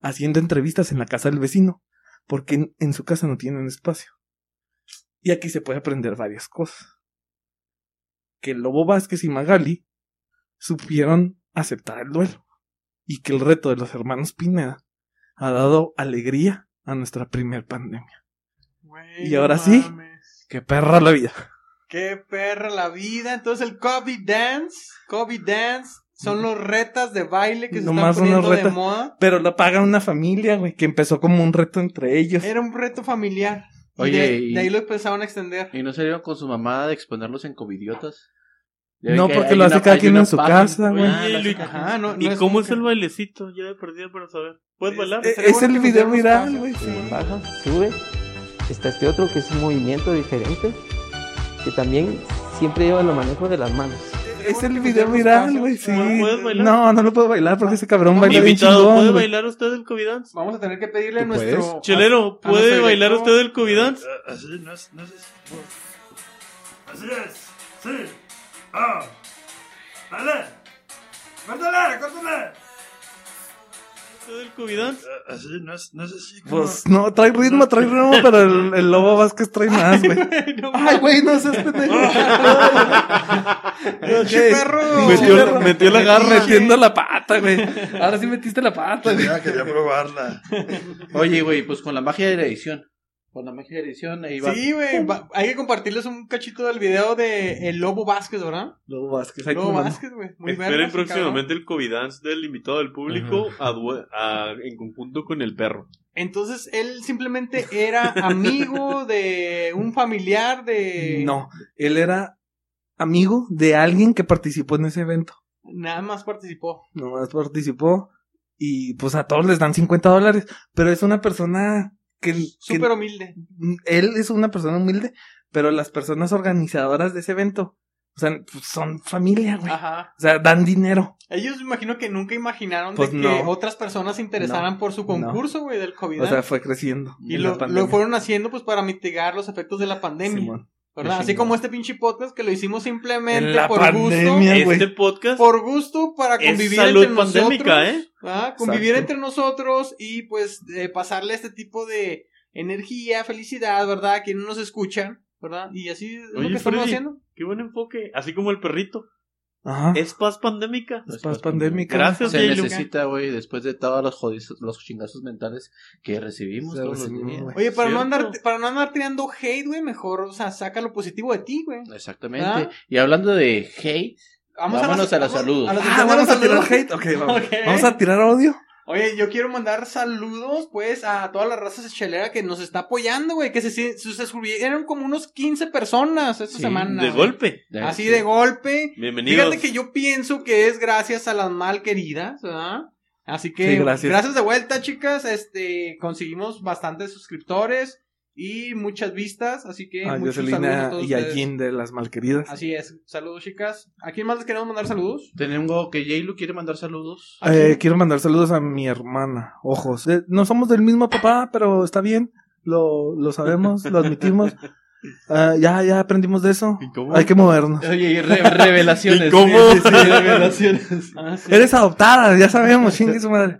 haciendo entrevistas en la casa del vecino, porque en, en su casa no tienen espacio. Y aquí se puede aprender varias cosas. Que el Lobo Vázquez y Magali supieron aceptar el duelo y que el reto de los hermanos Pineda ha dado alegría a nuestra primer pandemia.
Güey,
Y ahora
no
sí.
mames.
¡Qué perra la vida!
Qué perra la vida. Entonces el Kobe Dance, Kobe Dance, son los retas de baile que se
Nomás
están
unos
poniendo de
retas.
moda.
Pero la paga una familia, güey, que empezó como un reto entre ellos.
Era un reto familiar. Y
Oye,
de,
y-
de ahí lo empezaron a extender.
¿Y no salieron con su mamá de exponerlos en covidiotas? Ya
No,
ven que
porque
hay
lo hace
una-
cada
hay
quien
una
en su
página.
casa, güey.
Ah,
Oye,
la-
Luis,
Ajá, no,
¿Y
no es
cómo
como
es
que-
el bailecito? Ya he perdido para saber. ¿Puedes bailar? Este,
estaría
Eh, Es
bueno
el
que
video
pusieran los
viral,
pasos.
güey. sí.
baja, sube. Está este otro que es un movimiento diferente, que también siempre lleva lo manejo de las manos.
Es el video viral, güey, sí.
¿No puedes bailar?
No, no lo puedo bailar porque ese cabrón baila bien
Invitado,
chingón,
¿puede
güey.
bailar usted el covidance?
Vamos a tener que pedirle a
¿Tú
nuestro.
puedes?
Chelero,
a nuestro
¿puede
director.
bailar usted el covidance?
Ah, Así, no es, no es así. Así es, sí. Ah, dale. Córtale, córtale.
¿Usted el covidance?
Ah, Así, no es, no es así. como-
Pues no, trae ritmo, trae ritmo, pero el, el Lobo Vázquez trae más, güey. Ay, güey, no seas pendejo.
¡Qué perro!
Metió, metió la garra.
Metiendo la pata, güey. Ahora sí metiste la pata, güey.
Ya quería probarla.
Oye, güey, pues con la magia de la edición. Con la magia de la edición, ahí va.
Sí, güey. va- Hay que compartirles un cachito del video de El Lobo Vázquez, ¿verdad?
Lobo Vázquez, ahí
Lobo
como no.
Vázquez, güey. Muy vergas,
Esperen
el cabrón.
próximamente el covidance del invitado del público a due- a- en conjunto con el perro.
Entonces, él simplemente era amigo de un familiar de.
No, él era amigo de alguien que participó en ese evento.
Nada más participó.
Nomás participó y pues a todos les dan 50 dólares, pero es una persona que, que-
Súper humilde.
él es una persona humilde, pero las personas organizadoras de ese evento, o sea, pues, son familia, güey.
Ajá.
O sea, dan dinero.
Ellos me imagino que nunca imaginaron
Pues
de que
no.
otras personas se interesaran por su concurso, güey, del COVID. ¿eh?
O sea, fue creciendo.
y
en
lo,
la
lo
pandemia.
fueron haciendo pues para mitigar los efectos de la pandemia.
Simón. Pues
¿verdad?
Qué
Así
chingón.
como este pinche podcast que lo hicimos simplemente
En la
por gusto.
pandemia, güey.
Este podcast
Por gusto para
es
convivir
salud
entre
pandémica,
nosotros.
¿eh?
¿verdad? Convivir
Exacto.
entre nosotros y pues eh, pasarle este tipo de energía, felicidad, ¿verdad? A quienes nos escuchan, ¿verdad? Y así es lo
Oye,
que estamos
Freddy.
haciendo.
Qué buen enfoque. Así como el perrito.
Ajá.
Es paz pandémica.
Es paz pues, pandémica.
Gracias,
Se
Jay Luca.
necesita, güey, después de todos los, jodidos, los chingazos mentales que recibimos
Se
todos
recibimos,
los días.
güey.
Oye, para no,
Cierto.
andar, para no andar tirando hate, güey, mejor, o sea, saca lo positivo de ti, güey.
Exactamente.
¿Ah?
Y hablando de hate, Vámonos a los
vamos-
saludos.
los
Ah, vamos a tirar
saludos.
hate. Ok, vamos.
Ok.
Vamos a tirar odio.
Oye, yo quiero mandar saludos, pues, a toda la raza chelera que nos está apoyando, güey. Que se, se, se subieron como unos 15 personas esta
Sí,
semana.
De
güey.
golpe.
Así Ah, de golpe.
Bienvenidos.
Fíjate que yo pienso que es gracias a las mal queridas, ¿verdad? Así que,
Sí, gracias.
gracias de vuelta, chicas. Este, conseguimos bastantes suscriptores y muchas vistas. Así que,
A
muchos saludos a
Joselina
todos
ah, y a
ustedes.
Jin de las malqueridas.
Así es. Saludos, chicas. ¿A quién más les queremos mandar saludos?
tengo que Jaylu quiere mandar saludos.
¿A
Eh,
quién?
quiero mandar saludos a mi hermana, ojos. Eh, no somos del mismo papá, pero está bien. Lo, lo sabemos, lo admitimos. Ah, ya, ya aprendimos de eso.
¿Y cómo?
Hay que movernos.
Oye, y re- revelaciones.
¿Y cómo?
Sí, sí, sí, revelaciones.
Ah, sí.
Eres adoptada, ya sabemos, chingue su madre.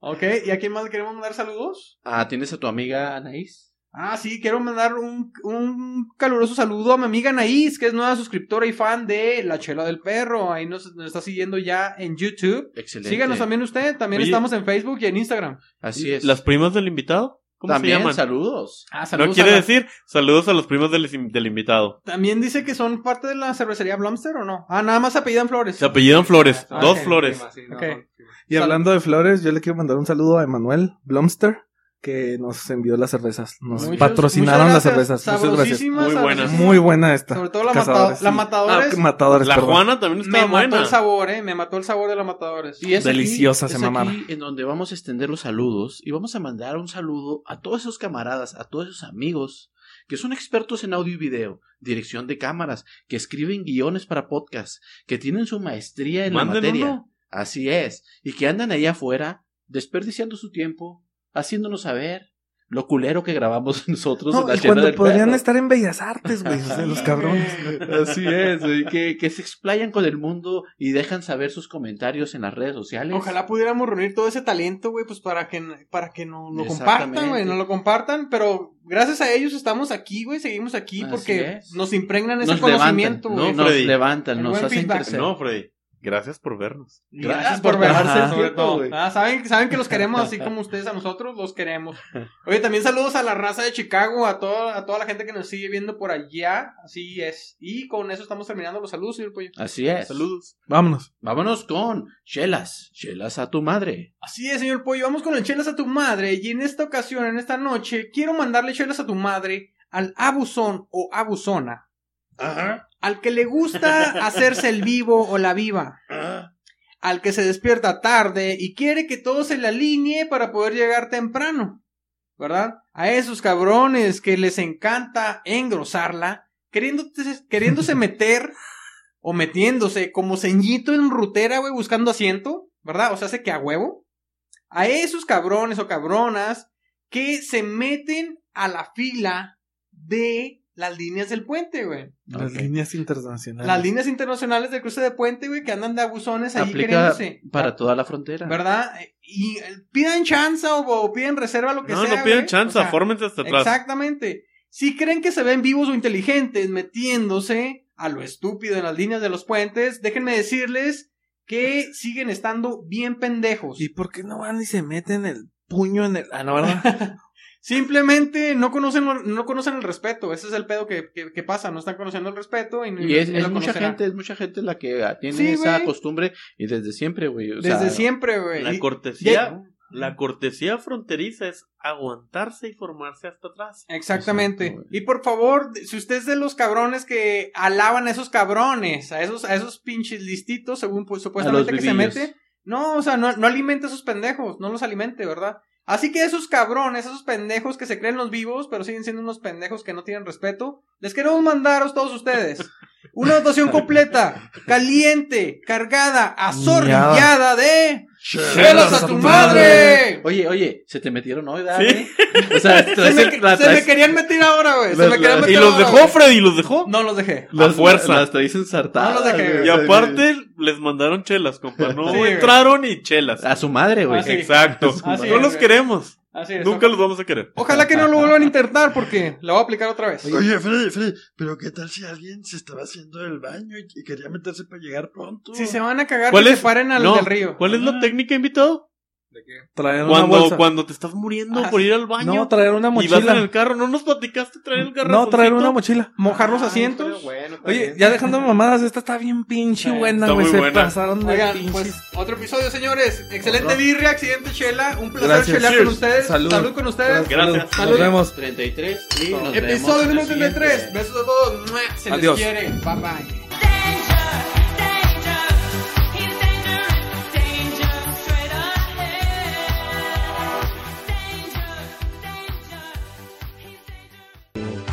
Ok, ¿y a quién más le queremos mandar saludos?
Ah, ¿tienes a tu amiga Anaís?
Ah, sí, quiero mandar un, un caluroso saludo a mi amiga Naís, que es nueva suscriptora y fan de La Chela del Perro. Ahí nos, nos está siguiendo ya en YouTube.
Excelente.
Síganos también usted, también
Oye.
estamos en Facebook y en Instagram.
Así es.
¿Las primas del invitado? ¿Cómo
también
se llaman?
saludos.
Ah,
No quiere decir saludos a los primos del, del invitado.
También dice que son parte de la cervecería Blomster o no. Ah, nada más apellidan Flores.
Se apellidan Flores.
Ah,
dos
ok,
Flores.
Ok.
Y hablando de flores, yo le quiero mandar un saludo a Emanuel Blomster, que nos envió las cervezas. Nos
Muchos-
patrocinaron las
muchas gracias.
cervezas. Muchas gracias.
Sabrosísimas,
Muy buenas.
sabrosísimas.
Muy buena esta.
Sobre todo la,
Cazadores,
matado- la
sí.
Matadores.
Ah, que matadores,
La
perdón.
Juana también está
me mató
buena.
el sabor, eh. Me mató el sabor de la Matadores.
Y es aquí-
Deliciosa,
es
se mamaba.
aquí en donde vamos a extender los saludos y vamos a mandar un saludo a todos esos camaradas, a todos esos amigos que son expertos en audio y video, dirección de cámaras, que escriben guiones para podcast, que tienen su maestría en la
Manden
materia.
uno.
Así es, y que andan allá afuera desperdiciando su tiempo, haciéndonos saber Lo culero que grabamos nosotros
No,
en la
y
Chela
cuando
del
podrían
Perro.
estar en Bellas Artes, güey. O sea, los cabrones.
Así es, güey, que, que se explayan con el mundo y dejan saber sus comentarios en las redes sociales.
Ojalá pudiéramos reunir todo ese talento, güey, pues para que, para que no lo compartan, güey,
Exactamente.
no lo compartan, pero gracias a ellos estamos aquí, güey, seguimos aquí
Así
porque
es.
nos impregnan ese
Nos levantan,
conocimiento,
¿no?
güey.
nos
Freddy.
levantan,
El
nos
buen
hacen
feedback.
crecer.
No, Freddy. Gracias por vernos.
Gracias
Gracias
por
por
verse,
bajarse el
sobre
tiempo,
todo.
güey.
Ah, saben, saben que los queremos así como ustedes a nosotros, los queremos. Oye, también saludos a la raza de Chicago, a toda, a toda la gente que nos sigue viendo por allá, así es. Y con eso estamos terminando los saludos, señor Pollo.
Así es.
Saludos.
Vámonos.
Vámonos con chelas, chelas a tu madre.
Así es, señor Pollo, vamos con el chelas a tu madre. Y en esta ocasión, en esta noche, quiero mandarle chelas a tu madre al abusón o abusona. Al que le gusta hacerse el vivo o la viva. Al que se despierta tarde y quiere que todo se le alinee para poder llegar temprano. ¿Verdad? A esos cabrones que les encanta engrosarla, queriéndose, queriéndose meter o metiéndose como ceñito en rutera, güey, buscando asiento, ¿verdad? O sea, hace que a huevo. A esos cabrones o cabronas que se meten a la fila de las líneas del puente, güey.
Las
Ok.
líneas internacionales.
Las líneas internacionales del cruce de puente, güey, que andan de abusones ahí
Aplica
queriéndose.
para toda la frontera.
¿Verdad? Y eh, pidan chanza o, o piden reserva, lo que
No,
sea.
no piden
güey.
chance,
O sea,
fórmense hasta atrás.
Exactamente. Si creen que se ven vivos o inteligentes metiéndose a lo estúpido en las líneas de los puentes, déjenme decirles que siguen estando bien pendejos.
¿Y por qué no van y se meten el puño en el. Ah, no, ¿verdad?
Simplemente no conocen, lo- no conocen el respeto. Ese es el pedo que, que- que pasa. No están conociendo el respeto y,
Y es,
y
es
lo
mucha
conocerán.
gente, es mucha gente la que ah, tiene
Sí,
esa
güey.
costumbre y desde siempre, güey. o
Desde
sea,
siempre, güey.
La
Y-
cortesía,
ya-
la cortesía fronteriza es aguantarse y formarse hasta atrás.
Exactamente.
Exacto,
y por favor, si usted es de los cabrones que alaban a esos cabrones, a esos, a esos pinches listitos, según pues, supuestamente que se
vivillos.
mete, no, o sea, no, no alimente a esos pendejos, no los alimente, ¿verdad? Así que esos cabrones, esos pendejos que se creen los vivos, pero siguen siendo unos pendejos que no tienen respeto, les queremos mandaros todos ustedes una dotación completa, caliente, cargada, azorrillada de chelas a tu madre.
Oye, oye, se te metieron hoy, ¿verdad?
Sí.
güey? O sea,
Se me,
traes- la
se me
traes-
querían meter ahora, güey. Se me querían meter
Y los
ahora,
dejó,
güey.
Freddy, los dejó.
No los dejé.
La fuerza.
Las traes ensartadas.
No los dejé,
güey.
Y aparte les mandaron chelas, compa. No
Sí, güey.
entraron ni chelas.
A su madre, güey.
Ah, sí.
Exacto.
Así
no
es,
los
güey.
queremos.
Así es.
Nunca los vamos a querer.
Ojalá que no lo vuelvan a intentar porque la voy a aplicar otra vez.
Oye, Freddy, Freddy, pero ¿qué tal si alguien se estaba haciendo el baño y, y quería meterse para llegar pronto?
Si se van a cagar,
¿Cuál
que
es?
se paren al
No,
del río.
¿Cuál es la
Ah.
técnica, invitado?
Traer una
Cuando,
bolsa.
cuando te estás muriendo
Ah,
por
sí.
ir al baño
No, traer una
y vas en
mochila.
el carro, ¿no nos platicaste traer el garrafoncito?
No, traer una mochila.
Mojar
Ah,
los asientos.
Oye, ya dejando mamadas, esta está bien pinche
Sí,
buena,
está
güey.
muy
Se
buena.
pasaron de
Oigan,
pinches.
pues otro episodio, señores. Excelente birria, accidente chela. Un placer
Gracias.
chelar
Cheers.
con ustedes.
Salud.
Salud, con ustedes.
Gracias.
Nos vemos.
33 y nos vemos en
Episodio
el
número
siguiente.
33. Besos a todos. ¡Mua! Se
Adiós.
les quiere. Bye bye.